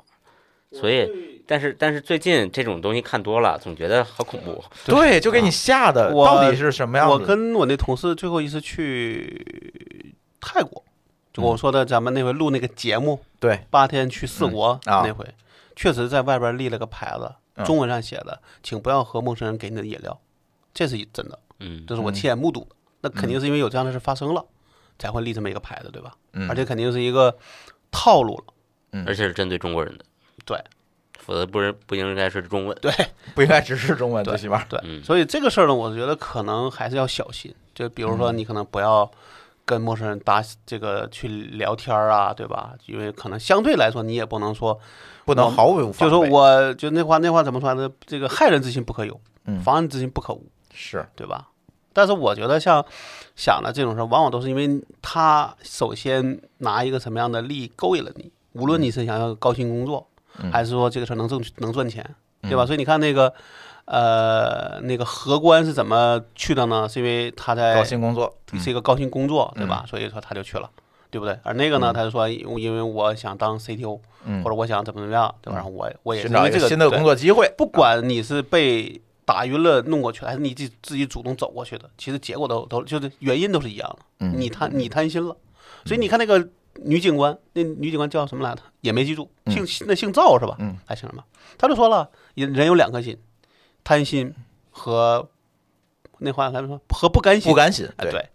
所以但是但是最近这种东西看多了，总觉得好恐怖。
对，就给你吓的，
我
到底是什么样子？
啊我跟我那同事最后一次去泰国，就
嗯
我说的咱们那回录那个节目，
对
八天去四国
嗯啊
那回，确实在外边立了个牌子，
嗯
中文上写的，请不要喝陌生人给你的饮料，这是真的，
嗯，
这是我
嗯
亲眼目睹的。那肯定是因为有这样的事发生了，才会立这么一个牌子，对吧？
嗯
而且肯定是一个套路了。
而且是针对中国人的，
对，
否则不是不应该是中文。
对
不应该只是中文，
对
最起码
对，
嗯
所以这个事儿呢，我觉得可能还是要小心。就比如说，
嗯
你可能不要跟陌生人搭这个去聊天儿啊，对吧？因为可能相对来说，你也不能说
不能毫无
就
防备。
说我就那话那话怎么说来着？这个害人之心不可有，
嗯
防人之心不可无，
是
对吧？但是我觉得像想的这种事儿，往往都是因为他首先拿一个什么样的利益勾引了你，无论你是想要高薪工作，
嗯
还是说这个事儿能挣能赚钱，对吧？所以你看那个呃那个荷官是怎么去的呢？是因为他
高
在
薪工作，嗯
是一个高薪工作，对吧？所以说他就去了。对不对？而那个呢，他就说，因为我想当 CTO，、
嗯
或者我想怎么怎么样，对吧？然后我我也是
寻
因
找
为
一
这
个
个
新的
对
工作机会。
不管你是被打晕了弄过去的，还是你自己自己主动走过去的，其实结果都都就是原因都是一样的。
嗯
你贪你贪心了，所以你看那个女警官，那女警官叫什么来着？也没记住，姓、那姓赵是吧？
嗯，
还姓什么？他就说了，人人有两颗心，贪心和那话咱们说和不甘心。
不甘心，
哎，对，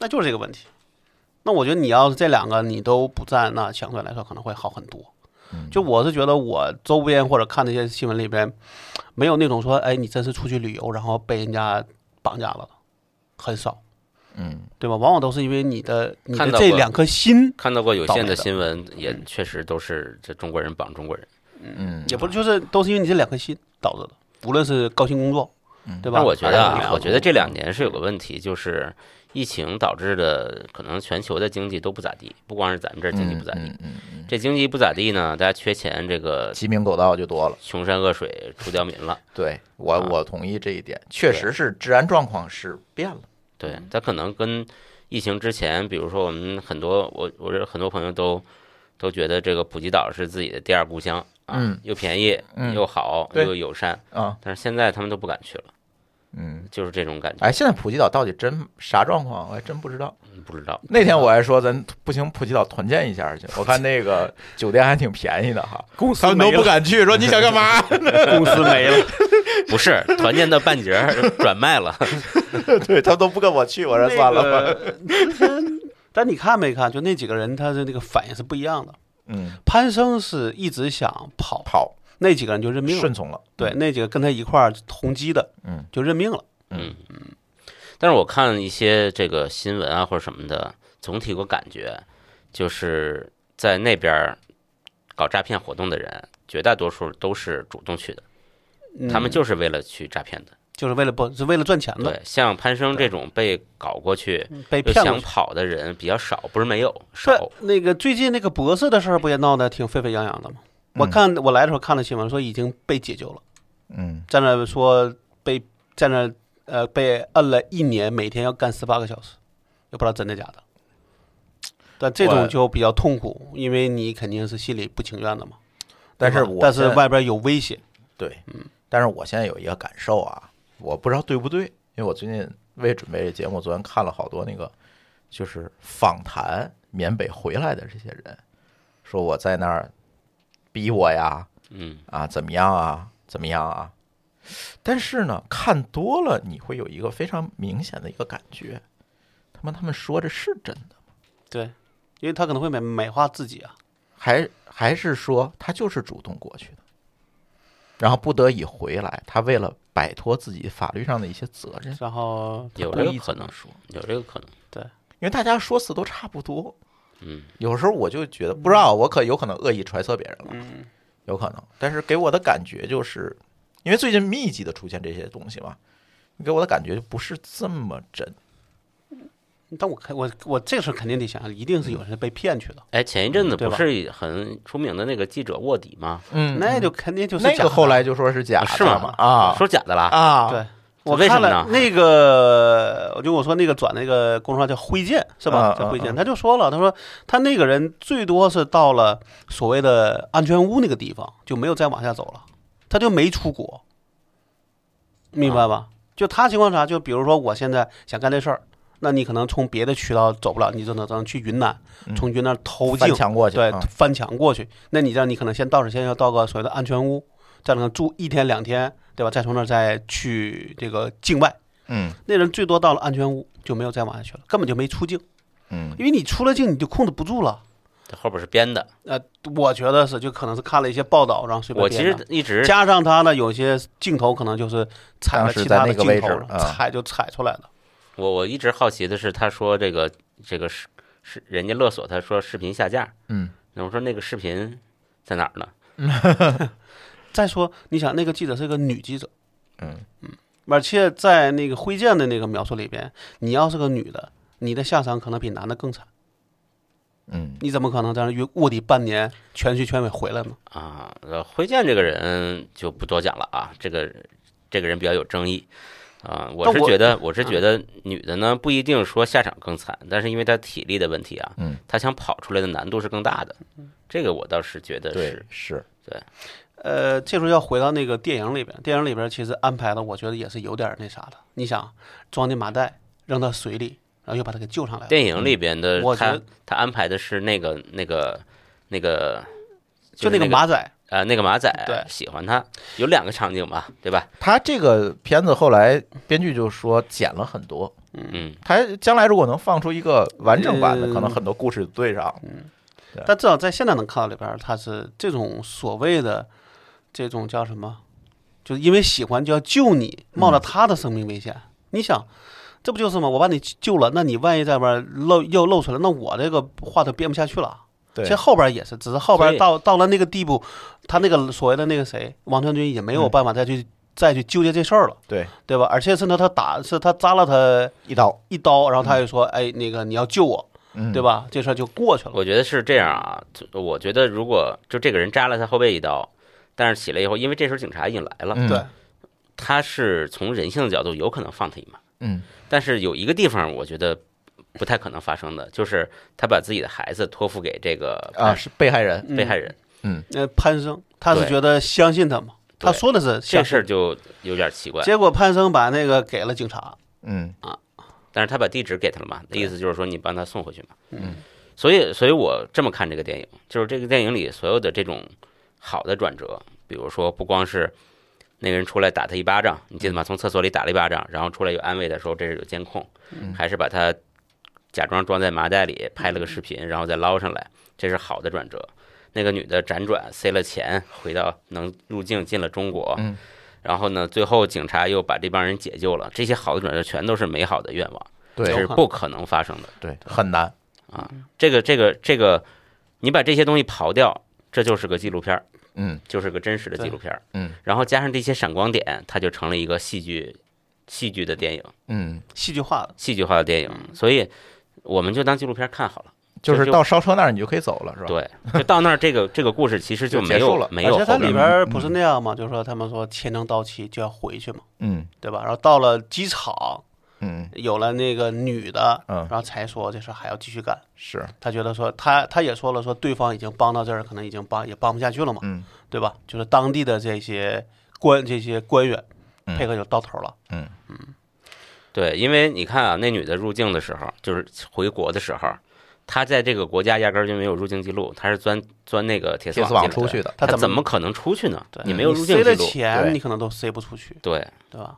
那就是这个问题。那我觉得你要是这两个你都不占，那相对来说可能会好很多。
嗯
就我是觉得我周边或者看那些新闻里边，没有那种说，哎，你真是出去旅游然后被人家绑架了的，很少，
嗯，
对吧？往往都是因为你的你的
看到
这
过嗯
两颗心，
看到过有限
倒霉
的
的嗯
新闻，也确实都是这中国人绑中国人。
嗯，
也不是就是都是因为你这两颗心导致的，无论是高薪工作，对吧？
但我觉得
还
啊，
是你
我觉得这两年是有个问题，就是疫情导致的，可能全球的经济都不咋地，不光是咱们这儿经济不咋地
嗯。嗯嗯，
这经济不咋地呢，大家缺钱，这个
鸡呃鸣狗盗就多了。
穷山恶水出刁民了。
对我，
啊
我同意这一点，确实是治安状况是变了。
对，
嗯
它可能跟疫情之前，比如说我们很多我我这很多朋友都都觉得这个普吉岛是自己的第二故乡啊，
嗯
又便宜、
嗯
又好
对
又友善，
啊，
但是现在他们都不敢去了，
嗯，
就是这种感觉，
哎，现在普吉岛到底真啥状况，我还真不知道。
不知道。
那天我还说咱不行，普吉岛团建一下去。我看那 个酒店还挺便宜的哈，
公
他们都不，敢去，说你想干嘛？
公司没了。
不是团建的半截儿 转卖了，
对他们都不跟我去，我说算了吧。
那个之前 但你看没看？就那几个人，他的那个反应是不一样的。
嗯，
潘生是一直想跑，
跑
那几个人就认命了。
顺从了。
对，那几个跟他一块儿同机的，
嗯，
就认命了。
嗯，但是我看一些这个新闻啊或者什么的，总体我感觉就是在那边儿搞诈骗活动的人，绝大多数都是主动去的，
嗯
他们就是为了去诈骗的。
就是为了不是为了赚钱的，
对，像潘生这种被搞过去
被
又
骗过
想
去。
跑的人比较少，不是没有
这
少。
那个最近那个博士的事儿不也闹得挺沸沸扬扬的吗？我看我来的时候看了新闻，说已经被解救了，
嗯，
在那说被在那呃被摁了一年，每天要干十八个小时，也不知道真的假的。但这
我
种就比较痛苦，因为你肯定是心里不情愿的嘛。
但是
对吧
我
但是
现在
外边有威胁，
对，但是我现在有一个感受啊，我不知道对不对，因为我最近为准备这节目，昨天看了好多那个就是访谈缅北回来的这些人，说我在那儿逼我呀，
嗯，
啊，怎么样啊，怎么样啊。但是呢，看多了你会有一个非常明显的一个感觉，他妈他们说这是真的吗，
对，因为他可能会美美化自己啊。
还还是说他就是主动过去的，然后不得已回来，他为了摆脱自己法律上的一些责任，
然后
有
故
这个
意
可
这么
能，
说，
有这个可能，
因为大家说死都差不多。
嗯，
有时候我就觉得不知道，我可有可能恶意揣测别人了，
嗯
有可能。但是给我的感觉就是，因为最近密集的出现这些东西嘛，给我的感觉就不是这么真。
但我看我我这个时候肯定得想，一定是有人被骗去的，
哎，前一阵子
嗯对
不
吧
是很出名的那个记者卧底吗？
嗯
那就肯定就是
那
假
个
的
后来就说是假的
是吗
嘛啊
说假的啦？
啊，
对，我
为
看
什么
了
呢
那个，我就我说那个转那个公众号叫辉剑是
啊
吧？
嗯
叫辉
嗯嗯
剑，他就说了，他说他那个人最多是到了所谓的安全屋那个地方，就没有再往下走了，他就没出国，明白
啊
吧？就他情况啥？就比如说我现在想干这事儿，那你可能从别的渠道走不了，你就能只能去云南，
嗯
从云南偷
翻
进
墙过去，
对
啊，
翻墙过去。那你这样，你可能先到这，先要到个所谓的安全屋，在那住一天两天，对吧？再从那儿再去这个境外。
嗯
那人最多到了安全屋就没有再往下去了，根本就没出境，
嗯
因为你出了境你就控制不住了。
这后边是编的。
呃，我觉得是，就可能是看了一些报道，然后随便
我其
编的
实一直
加上他呢，有些镜头可能就是踩
当
了
时
其
在
他
那
的
个
镜
位
头
置，啊
踩就踩出来的。
我我一直好奇的是，他说这个这个是是人家勒索，他说视频下架，
嗯，
那我说那个视频在哪儿呢？
再说，你想那个记者是个女记者，
嗯
而且在那个挥剑的那个描述里边，你要是个女的，你的下场可能比男的更惨。
嗯
你怎么可能在那儿卧底半年，全虚全尾回来呢？
啊，呃，辉健这个人就不多讲了啊，这个这个人比较有争议啊。我
但
是
我
觉得，我是觉得女的呢不一定说下场更惨，但是因为她体力的问题啊，
嗯，
她想跑出来的难度是更大的。这个我倒是觉得
对
是，
是，
呃，这时候要回到那个电影里边，电影里边其实安排的，我觉得也是有点那啥的。你想，装进麻袋，扔到水里，然后又把他给救上来了。
电影里边的
我觉
他
得
他安排的是那个那个那个
就是那个
那个
马仔，
呃那个马仔
对
喜欢他，有两个场景吧，对吧？
他这个片子后来编剧就说剪了很多，
嗯，
他将来如果能放出一个完整版的，
嗯
可能很多故事就对上了。
但至少在现在能看到里边，他是这种所谓的这种叫什么，就是因为喜欢就要救你，冒着他的生命危险。你想，这不就是吗？我把你救了，那你万一在外边露又露出来，那我这个话都编不下去了。
对
其实，后边也是，只是后
所
边
以
到到了那个地步，他那个所谓的那个谁，王传君也没有
嗯
办法再去、再去纠结这事儿了，
对，
对吧？而且甚至他打是他扎了他
一刀，
一刀，然后他也说，哎，那个你要救我，
嗯，
对？吧？这事儿就过去了。
我觉得是这样啊，就我觉得如果就这个人扎了他后背一刀，但是起来以后，因为这时候警察已经来了，
嗯、
对，
他是从人性的角度有可能放他一马，
嗯
但是有一个地方我觉得不太可能发生的，就是他把自己的孩子托付给这个
啊，是被害人，
被害人，
呃，潘生他是
对
觉得相信他嘛，他
对
说的是
这
相
事
信
儿就有点奇怪
他，。结果潘生把那个给了警察，
嗯
但是他把地址给他了嘛，那意思就是说你帮他送回去嘛。
嗯，
所以，所以我这么看这个电影，就是这个电影里所有的这种好的转折，比如说不光是那个人出来打他一巴掌，你记得吗？从厕所里打了一巴掌，然后出来又安慰他说这是有监控，还是把他假装装在麻袋里拍了个视频，然后再捞上来，这是好的转折。那个女的辗转塞了钱，回到能入境进了中
啊
国，
嗯
然后呢，最后警察又把这帮人解救了，这些好的转折全都是美好的愿望。
对
这是
有可能
不可能发生的。
对，很难，
这个这个这个，你把这些东西刨掉，这就是个纪录片儿，
嗯
就是个真实的纪录片儿。
嗯
然后加上这些闪光点，它就成了一个戏剧戏剧的电影，
嗯，
戏剧化的。
戏剧化的电影。所以我们就当纪录片看好了。
就是
就
到烧车那儿你就可以走了，是吧？，
对，就到那儿这个这个故事其实就没
就结束
有
了
没
而
有
且
后
它里
边
边
儿嗯
儿不是那样嘛，就是说他们说签证到期就要回去嘛，
嗯
对吧？然后到了机场，
嗯，
有了那个女的，
嗯
然后才说这事儿还要继续干。
是，
他觉得说他他也说了，说对方已经帮到这儿，可能已经帮也帮不下去了嘛，
嗯
对吧？就是当地的这些官这些官员
嗯
配合就到头了，
嗯
对，因为你看啊，那女的入境的时候，就是回国的时候，她在这个国家压根儿就没有入境记录，她是钻钻那个铁丝
铁丝
网
网
进
出
来
去的，
她
他
怎
怎
么可能出去呢？
对
你没有入境记
塞了
录，
对
钱，你可能都塞不出去，
对，
对吧？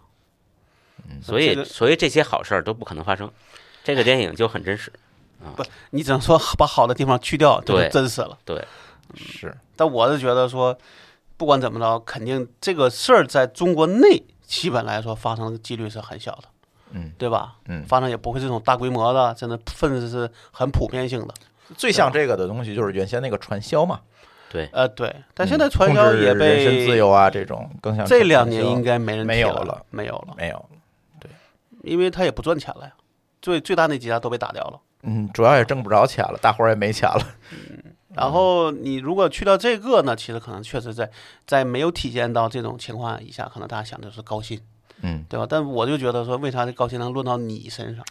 所
啊这
以
个
所以这些好事儿都不可能发生。这个电影就很真实，
你只能说把好的地方去掉，这就
对
真实了。
是，
但我是觉得说，不管怎么着，肯定这个事儿在中国内基本来说发生的几率是很小的，
嗯
对吧？
嗯，
发生也不会这种大规模的，真的甚至是很普遍性的。
最像这个的东西就是原先那个传销嘛，
对，
呃，对，但
嗯
现在传
控
销
制
也
人身
被
自由啊这种更像
这
传
两年
销
应该没人
没
提
有了
了，没有了，
没有，
因为他也不赚钱了呀。最最大那几家都被打掉了。
嗯，主要也挣不着钱了，大伙儿也没钱了，嗯
然后你如果去掉这个呢，其实可能确实在在没有体现到这种情况以下，可能大家想的是高薪，
嗯，
对吧？但我就觉得说，为啥这高薪能论到你身上？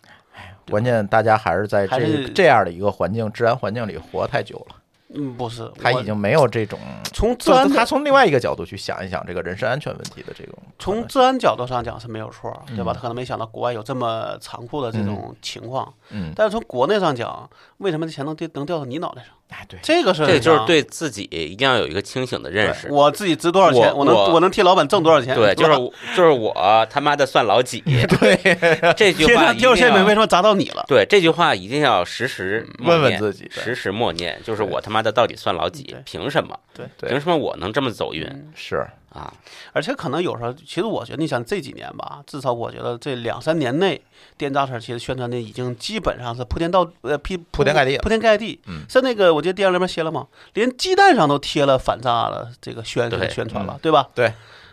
关键大家还是在
还
这
是
这样的一个环境、治安环境里活太久了，
嗯，不是，
他
我
已经没有这种，
从治
这
安
他
的
从另外一个角度去想一想这个人身安全问题的这种，
从治安角度上讲是没有错，对吧？
嗯
他可能没想到国外有这么残酷的这种情况，
嗯，
但是从国内上讲，为什么这钱能掉能掉到你脑袋上？
哎，对，
这个事儿
这就是
上
对自己一定要有一个清醒的认识。
我自己值多少钱，
我
我能
我
我能替老板挣多少钱？
对，就是
吧
我就是我他妈的算老 几，
对，
这句
天
话
上
一
掉
定
馅饼，
要
为嗯什么砸到你了？
对这句话一定要时时默
问问
念
自己对
时时默念，就是我他妈的到底算老几
对？
凭什么？
对嗯
对
凭什么我能这么走运
是，
啊？
而且可能有时候，其实我觉得，你想这几年吧，至少我觉得这两三年内，电诈事儿其实宣传的已经基本上是铺天到呃铺
铺天盖地了
铺天盖地。
嗯
是那个我记得电影里面写了嘛，连鸡蛋上都贴了反诈的这个宣
对
宣传了
嗯，
对吧？
对，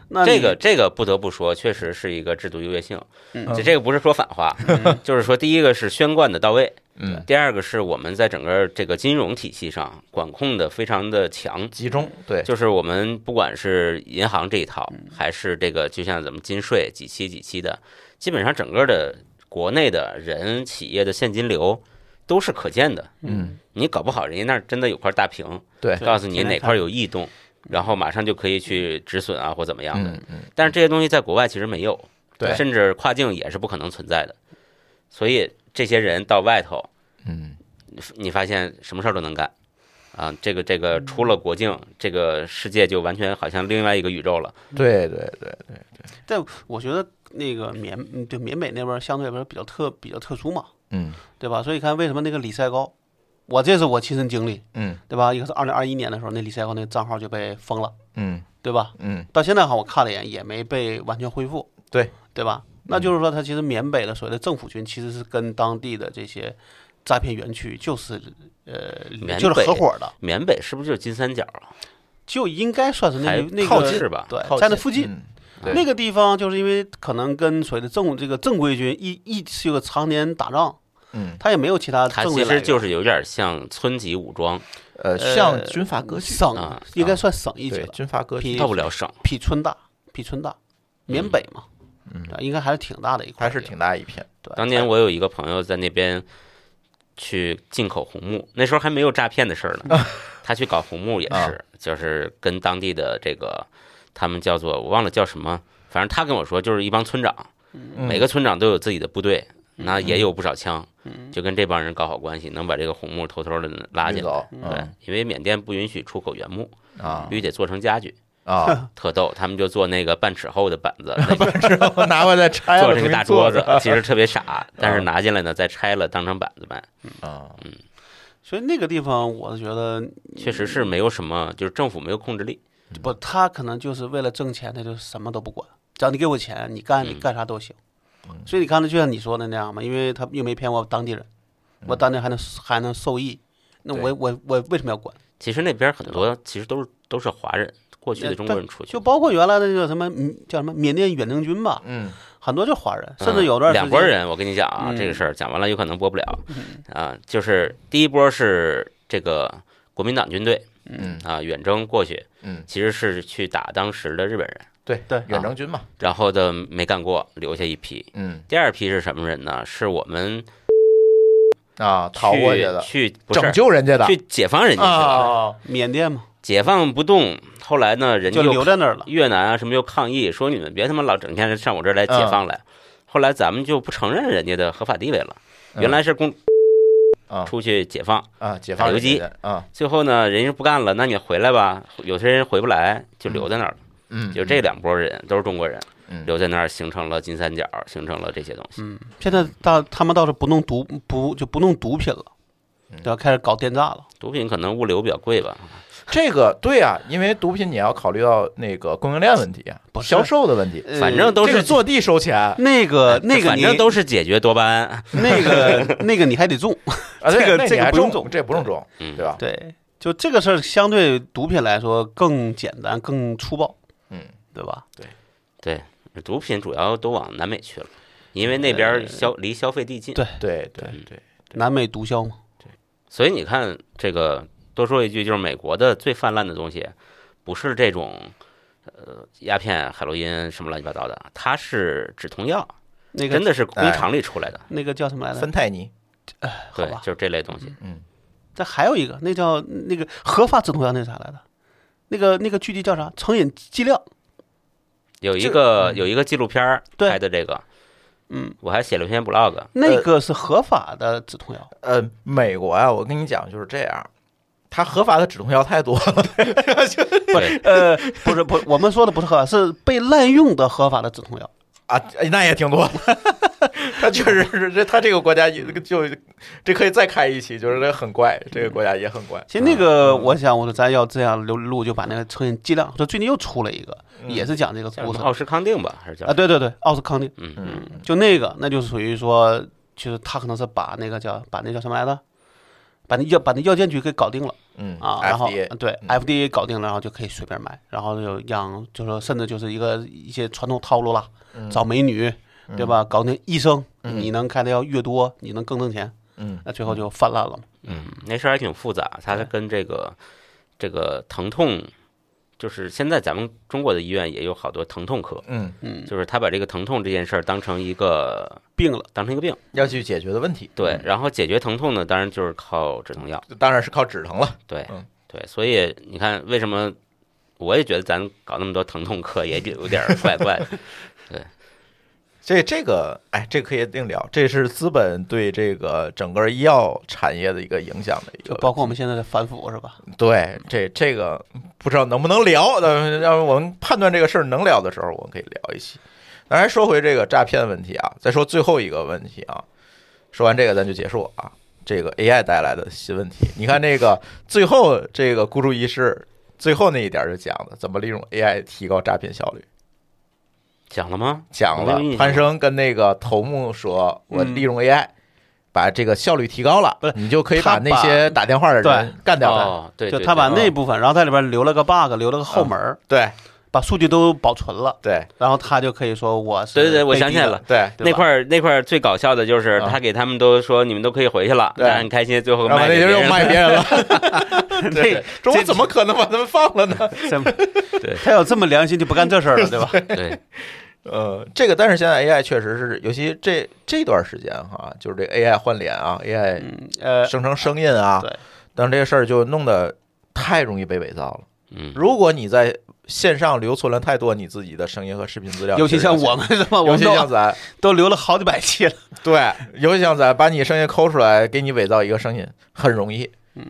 那你
这个这个不得不说，确实是一个制度优越性。
嗯
这这个不是说反话，就是说第一个是宣贯的到位，
嗯，
第二个是我们在整个这个金融体系上管控的非常的强。
集中，对，
就是我们不管是银行这一套，
嗯
还是这个就像咱们金税几期几期的，基本上整个的国内的人企业的现金流都是可见的。
嗯，
你搞不好人家那儿真的有块大屏，
对
告诉你
天天
哪块有异动，然后马上就可以去止损啊或怎么样的。
嗯嗯，
但是这些东西在国外其实没有，
对，
甚至跨境也是不可能存在的。所以这些人到外头，
嗯，
你发现什么事儿都能干啊！这个这
嗯
个出了国境，这个世界就完全好像另外一个宇宙了。
对对对对，
但我觉得那个缅嗯对缅北那边相对来说比较特比较特殊嘛，
嗯
对吧？所以看为什么那个李赛高，我这是我亲身经历，
嗯
对吧？一个是二零二一年的时候，那李赛高那个账号就被封了，
嗯
对吧？
嗯，
到现在哈，我看了一眼，也没被完全恢复，
对
对吧？
嗯
那就是说，它其实缅北的所谓的政府军，其实是跟当地的这些诈骗园区就是呃
缅，
就是
北
合伙的，
缅北是不是就是金三角啊？
就应该算是那
还
个那
靠
个
近嗯吧？
对
靠，嗯
在那附近。，
对
那个地方就是因为可能跟所谓的正这个正规军一一这个常年打仗，
嗯，
他也没有其他
它
正规
其
来
实
源
就是有点像村级武装，
呃，
呃
像军阀割据，
省
啊，
应该算省一级
对，
了，
军阀割据
比
到不了省。
比村大，比村大，
嗯
缅北嘛，对应该还是挺大的一块
还
地，
是挺大一片，
对。
当年我有一个朋友在那边去进口红木，那时候还没有诈骗的事儿
啊
呢。他去搞红木也是，就是跟当地的这个他们叫做我忘了叫什么，反正他跟我说就是一帮村长，
嗯
每个村长都有自己的部队，那也有不少枪，就跟这帮人搞好关系，能把这个红木偷偷的拉
嗯运
进来。
走，
对
嗯，
因为缅甸不允许出口原木，
啊
必须得做成家具，
啊，
特逗。他们就做那个半尺厚的板 子，那个
之后拿回来拆了，
做成一个大桌子
重新做，
其实特 别傻，但
嗯
是拿进来呢，再拆了当成板子卖，
着啊，
所以那个地方，我是觉得
嗯
确实是没有什么，就是政府没有控制力。
不，他可能就是为了挣钱，他就什么都不管，只要你给我钱，你干你
嗯
干啥都行。所以你刚才就像你说的那样嘛，因为他又没骗我当地人，
嗯
我当地还能还能受益，那
对
我我我为什么要管？
其实那边很多其实都是都是华人，过去的中国人出去
就包括原来的那个什么嗯叫什么缅甸远征军吧，
嗯，
很多就华人，甚至有段时间
两拨，人，我跟你讲啊，
嗯
这个事儿讲完了有可能播不了啊、就是第一波是这个国民党军队
嗯
啊、远征过去，
嗯，
其实是去打当时的日本人，
对
对
远征军嘛，
然后的没干过，留下一批。
嗯
第二批是什么人呢？是我们
啊，逃过去的，
去去不
拯
是
救人家的
去解放人家去了，
啊，
缅甸嘛，
解放不动，后来呢，人
就
就
留在那儿了。
越南啊什么又抗议说你们别他妈老整天上我这儿来解
嗯
放来，后来咱们就不承认人家的合法地位了。
嗯
原来是公
啊
出去解放，
啊，解放人家的啊，
最后呢人家不干了，那你回来吧。有些人回不来，就留在那儿了。
嗯，
就这两拨人都是中国人，
嗯
留在那儿形成了金三角，形成了这些东西。
嗯，现在到他们倒是不弄毒，不就不弄毒品了，
嗯
对吧？开始搞电诈了。
毒品可能物流比较贵吧，
这个对啊，因为毒品你要考虑到那个供应链问题啊
不，是
销售的问题，
呃
反正都
这个
是
坐地收钱啊，
那个那个
哎反
你，
正都是解决多 巴胺。
那个那个你还得种。
啊对
这个
那你
这个
还
不用
种，
种
这不用种，
嗯
对吧？
对，就这个事儿相对毒品来说更简单、更粗暴，
嗯，
对吧？
对，毒品主要都往南美去了，因为那边
呃
儿消离消费地近。
对
对对对，
南美毒枭嘛，
所以你看，这个多说一句，就是美国的最泛滥的东西，不是这种呃鸦片、海洛因什么乱七八糟的，它是止痛药，
那个
真的是
哎
工厂里出来的。
那个叫什么来着？
芬太尼，
好
对，
吧，嗯
就是这类东西。
这还有一个，那叫那个合法止痛药，那是啥来着？那个那个具体叫啥？成瘾剂量。
有一
这
个有一个纪录片儿
嗯对
拍的这个，
嗯，
我还写了篇 blog。
那个是合法的止痛药，
呃，美国啊，我跟你讲就是这样，它合法的止痛药太多了，
对，
呃，不是不是，我们说的不是合法，是被滥用的合法的止痛药。
啊，哎那也挺多的。他确实是这，他这个国家也就这可以再开一期，就是这很怪，这个国家也很怪。
其实那个，我想我说咱要这样录录，就把那个成瘾剂量，说最近又出了一个，
嗯
也是讲这个
叫什
故
么
事
奥施康定吧，还是叫
啊，？对对对，奥斯康定，
嗯，
嗯，
就那个，那就属于说，就是他可能是把那个叫把那叫什么来着，把那药把那药监局给搞定了。
嗯
啊，然后
FDA
对
嗯
FDA 搞定了，然后就可以随便买，然后就让就说甚至就是一个一些传统套路啦，
嗯
找美女，对吧？搞那医生，你能开的药越多，你能更挣钱，
嗯，
那最后就泛滥了嘛。
嗯，那事儿还挺复杂，它跟这个这个疼痛，就是现在咱们中国的医院也有好多疼痛科，
嗯，
就是他把这个疼痛这件事儿当成一个
病了，
当成一个病，
要去解决的问题，嗯
对，然后解决疼痛呢，当然就是靠止痛药，
当然是靠止疼了。
对
嗯
对，所以你看为什么我也觉得咱搞那么多疼痛科也有点儿怪怪的，
这这个，哎，这可以另聊。这是资本对这个整个医药产业的一个影响的一
就
个
包括我们现在的反腐是吧？
对，这这个不知道能不能聊，呃让我们判断这个事儿能聊的时候，我们可以聊一期。当然，说回这个诈骗问题啊，再说最后一个问题啊，说完这个咱就结束啊。这个 AI 带来的新问题，你看这个最后这个孤注一掷最后那一点儿就讲的怎么利用 AI 提高诈骗效率，
讲了吗？
讲了
我没有印象
潘生跟那个头目说，我
嗯
利用 AI 把这个效率提高了
不是，
你就可以把
他
那
把
些打电话的人干掉他，
哦，嗯对，
就
对
他把
对
那部分，然后在里边留了个 bug，留了个后门儿，
对
把数据都保存了，
对
然后他就可以说我是
对对对，我
被
想起
逼
来
的
了。。
对，
对吧
那块儿那块儿最搞笑的就是
嗯
他给他们都说你们都可以回去了，
对
大家很开心，最后
然后
卖
那
给
就
别
又
人
卖别人了。 对，这我
这
怎么可能把他们放了呢？
这么
对
他要这么良心就不干这事儿了，对 吧？
对，
呃，这个但是现在 AI 确实是，尤其这这段时间哈，就是这个 AI 换脸啊，AI
嗯，呃，
生成声音啊，
对，
但这个事儿就弄得太容易被伪造了。
嗯，
如果你在线上留存了太多你自己的声音和视频资料，
尤其像我
们，
们是吧？我
尤
们
其
都
像 咱，
都留了好几百期了。
对，尤其像咱，把你声音抠出来，给你伪造一个声音，很容易，嗯，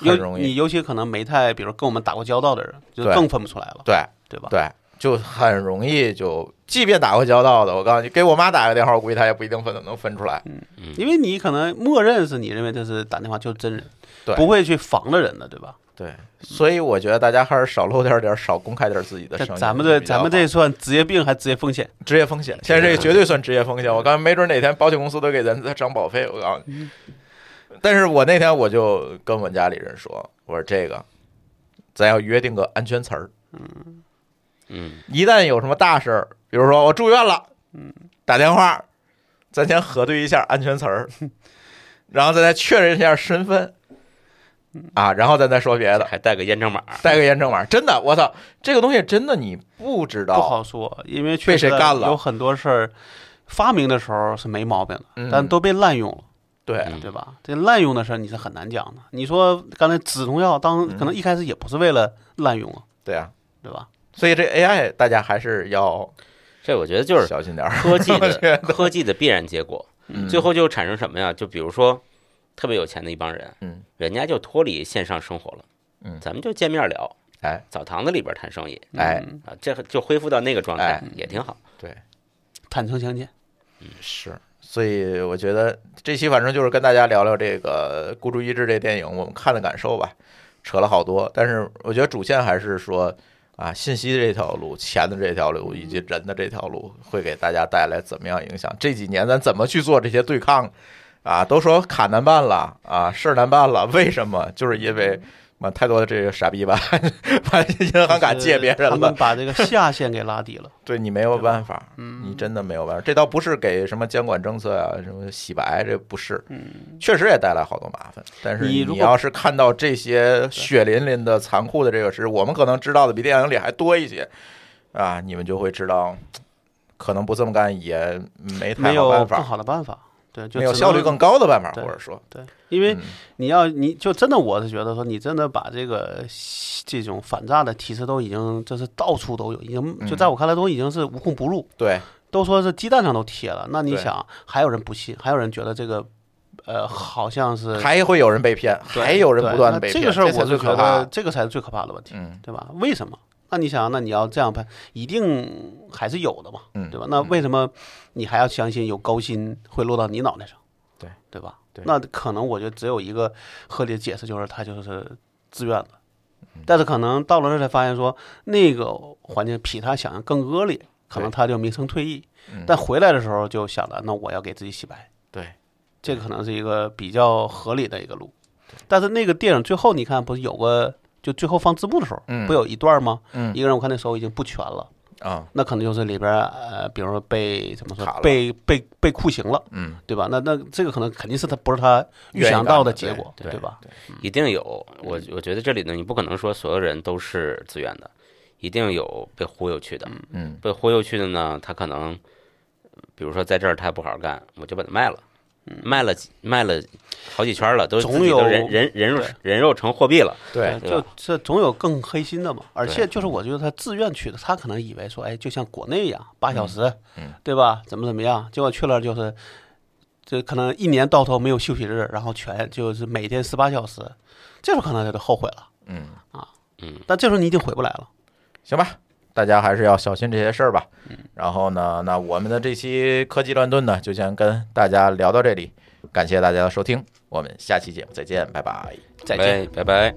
尤
很容
你
易，
尤其可能没太，比如跟我们打过交道的人，就
对
更分不出来了，
对。
对吧？
对，就很容易就，即便打过交道的，我告诉你，给我妈打个电话，我估计她也不一定分能分出来。
嗯
嗯
因为你可能默认是你认为这是打电话就是真人，
对
不会去防着人的，对吧？
对，所以我觉得大家还是少露点点，少公开点自己的
但
声音。
咱们这咱们这算职业病还职业风险？
职业风险，现在这个绝对算职业风险。我刚才没准哪天保险公司都给咱再涨保费，我告诉你。
嗯
但是我那天我就跟我家里人说，我说这个，咱要约定个安全词儿，
嗯，
一旦有什么大事儿，比如说我住院了，嗯，打电话，咱先核对一下安全词儿，然后咱再确认一下身份，啊，然后咱再说别的。
还带个验证码，
带个验证码，真的，我操，这个东西真的你不知
不
道，
好说，因为
哦
确
被
实
谁干了
有很多事儿，发明的时候是没毛病的，
嗯
但都被滥用了。
对，
嗯
对吧？这滥用的事儿你是很难讲的。你说刚才止痛药当
嗯
可能一开始也不是为了滥用啊，
对啊，
对吧？
所以这 AI 大家还是要
这我觉得就是
小心点儿。
科技
我觉得
的科技的必然结果，
嗯
最后就产生什么呀？就比如说特别有钱的一帮人，
嗯，
人家就脱离线上生活了，
嗯
咱们就见面聊，
哎，
澡堂子里边谈生意
哎
嗯，
啊，这就恢复到那个状态
哎
也挺好。
对，
坦诚相见，
是，所以我觉得这期反正就是跟大家聊聊这个《孤注一掷》这电影我们看的感受吧，扯了好多，但是我觉得主线还是说啊，信息这条路、钱的这条路以及人的这条路会给大家带来怎么样影响？这几年咱怎么去做这些对抗啊？都说卡难办了啊， 事儿难办了，为什么？ 就是因为。嘛，太多的这个傻逼吧，把银行卡借别人
他
了
们，把这个下限给拉低了。
对你没有办法，
嗯
你真的没有办法。这倒不是给什么监管政策啊，什么洗白，这不是，确实也带来好多麻烦。但是
嗯你如
你
果
要是看到这些血淋淋的、残酷的这个事，我们可能知道的比电影里还多一些啊，你们就会知道，可能不这么干 也没
没
太好
有
办
更
法，
好的办法，对，就
没有
只
效率
能
更高的办法，
对
或者说，
对，因为
嗯
你要你就真的，我是觉得说，你真的把这个这种反诈的提示都已经，这是到处都有，已
嗯
经就在我看来都已经是无孔不入，
对，
都说是鸡蛋上都贴了。那你
对
想，还有人不信，还有人觉得这个，呃，好像是
还会有人被骗，
对
还有人
对
不断
那
的被
这
骗，
个事儿
才
我
最
就
可
觉
怕
得这个才是最可怕的问题，
嗯
对吧？为什么？那你想，那你要这样判，一定还是有的嘛，
嗯，
对吧？那为什么你还要相信有高薪会落到你脑袋上？
对
对吧？
对
那可能我觉得只有一个合理的解释，就是他就是自愿的，
嗯
但是可能到了这儿才发现说那个环境比他想象更恶劣，可能他就名声退役
嗯，
但回来的时候就想着，那我要给自己洗白。
对，
这个可能是一个比较合理的一个路。但是那个电影最后你看不是有个就最后放字幕的时候，
嗯
不有一段吗？
嗯
一个人我看那时候已经不全了。
啊，
那可能就是里边儿呃，比如说被怎么说
卡了
被被被酷刑了，
嗯，
对吧？那那这个可能肯定是他不是他预
愿意
想
干
到的
的
结果，
对
对吧？？
一定有，
嗯
我我觉得这里呢，你不可能说所有人都是自愿的，一定有被忽悠去的。
嗯
被忽悠去的呢，他可能，比如说在这儿他不好好干，我就把它卖了，卖了几卖了好几圈了，都
嗯总
自己都
有
人人人肉人肉成货币了。
对，嗯
对
就
吧
哎这总有更黑心的嘛。而且
对
就是我觉得他自愿去的，他可能以为说，哎，就像国内一样，八小时，
嗯
对吧？怎么怎么样？结果去了就是，这可能一年到头没有休息日，然后全就是每天十八小时，这时候可能他就后悔了。啊
嗯。
但这时候你已经回不来了。
行吧，大家还是要小心这些事儿吧。
嗯
然后呢，那我们的这期科技乱炖呢，就先跟大家聊到这里，感谢大家的收听，我们下期节目再见，拜拜。
再见。
拜拜拜。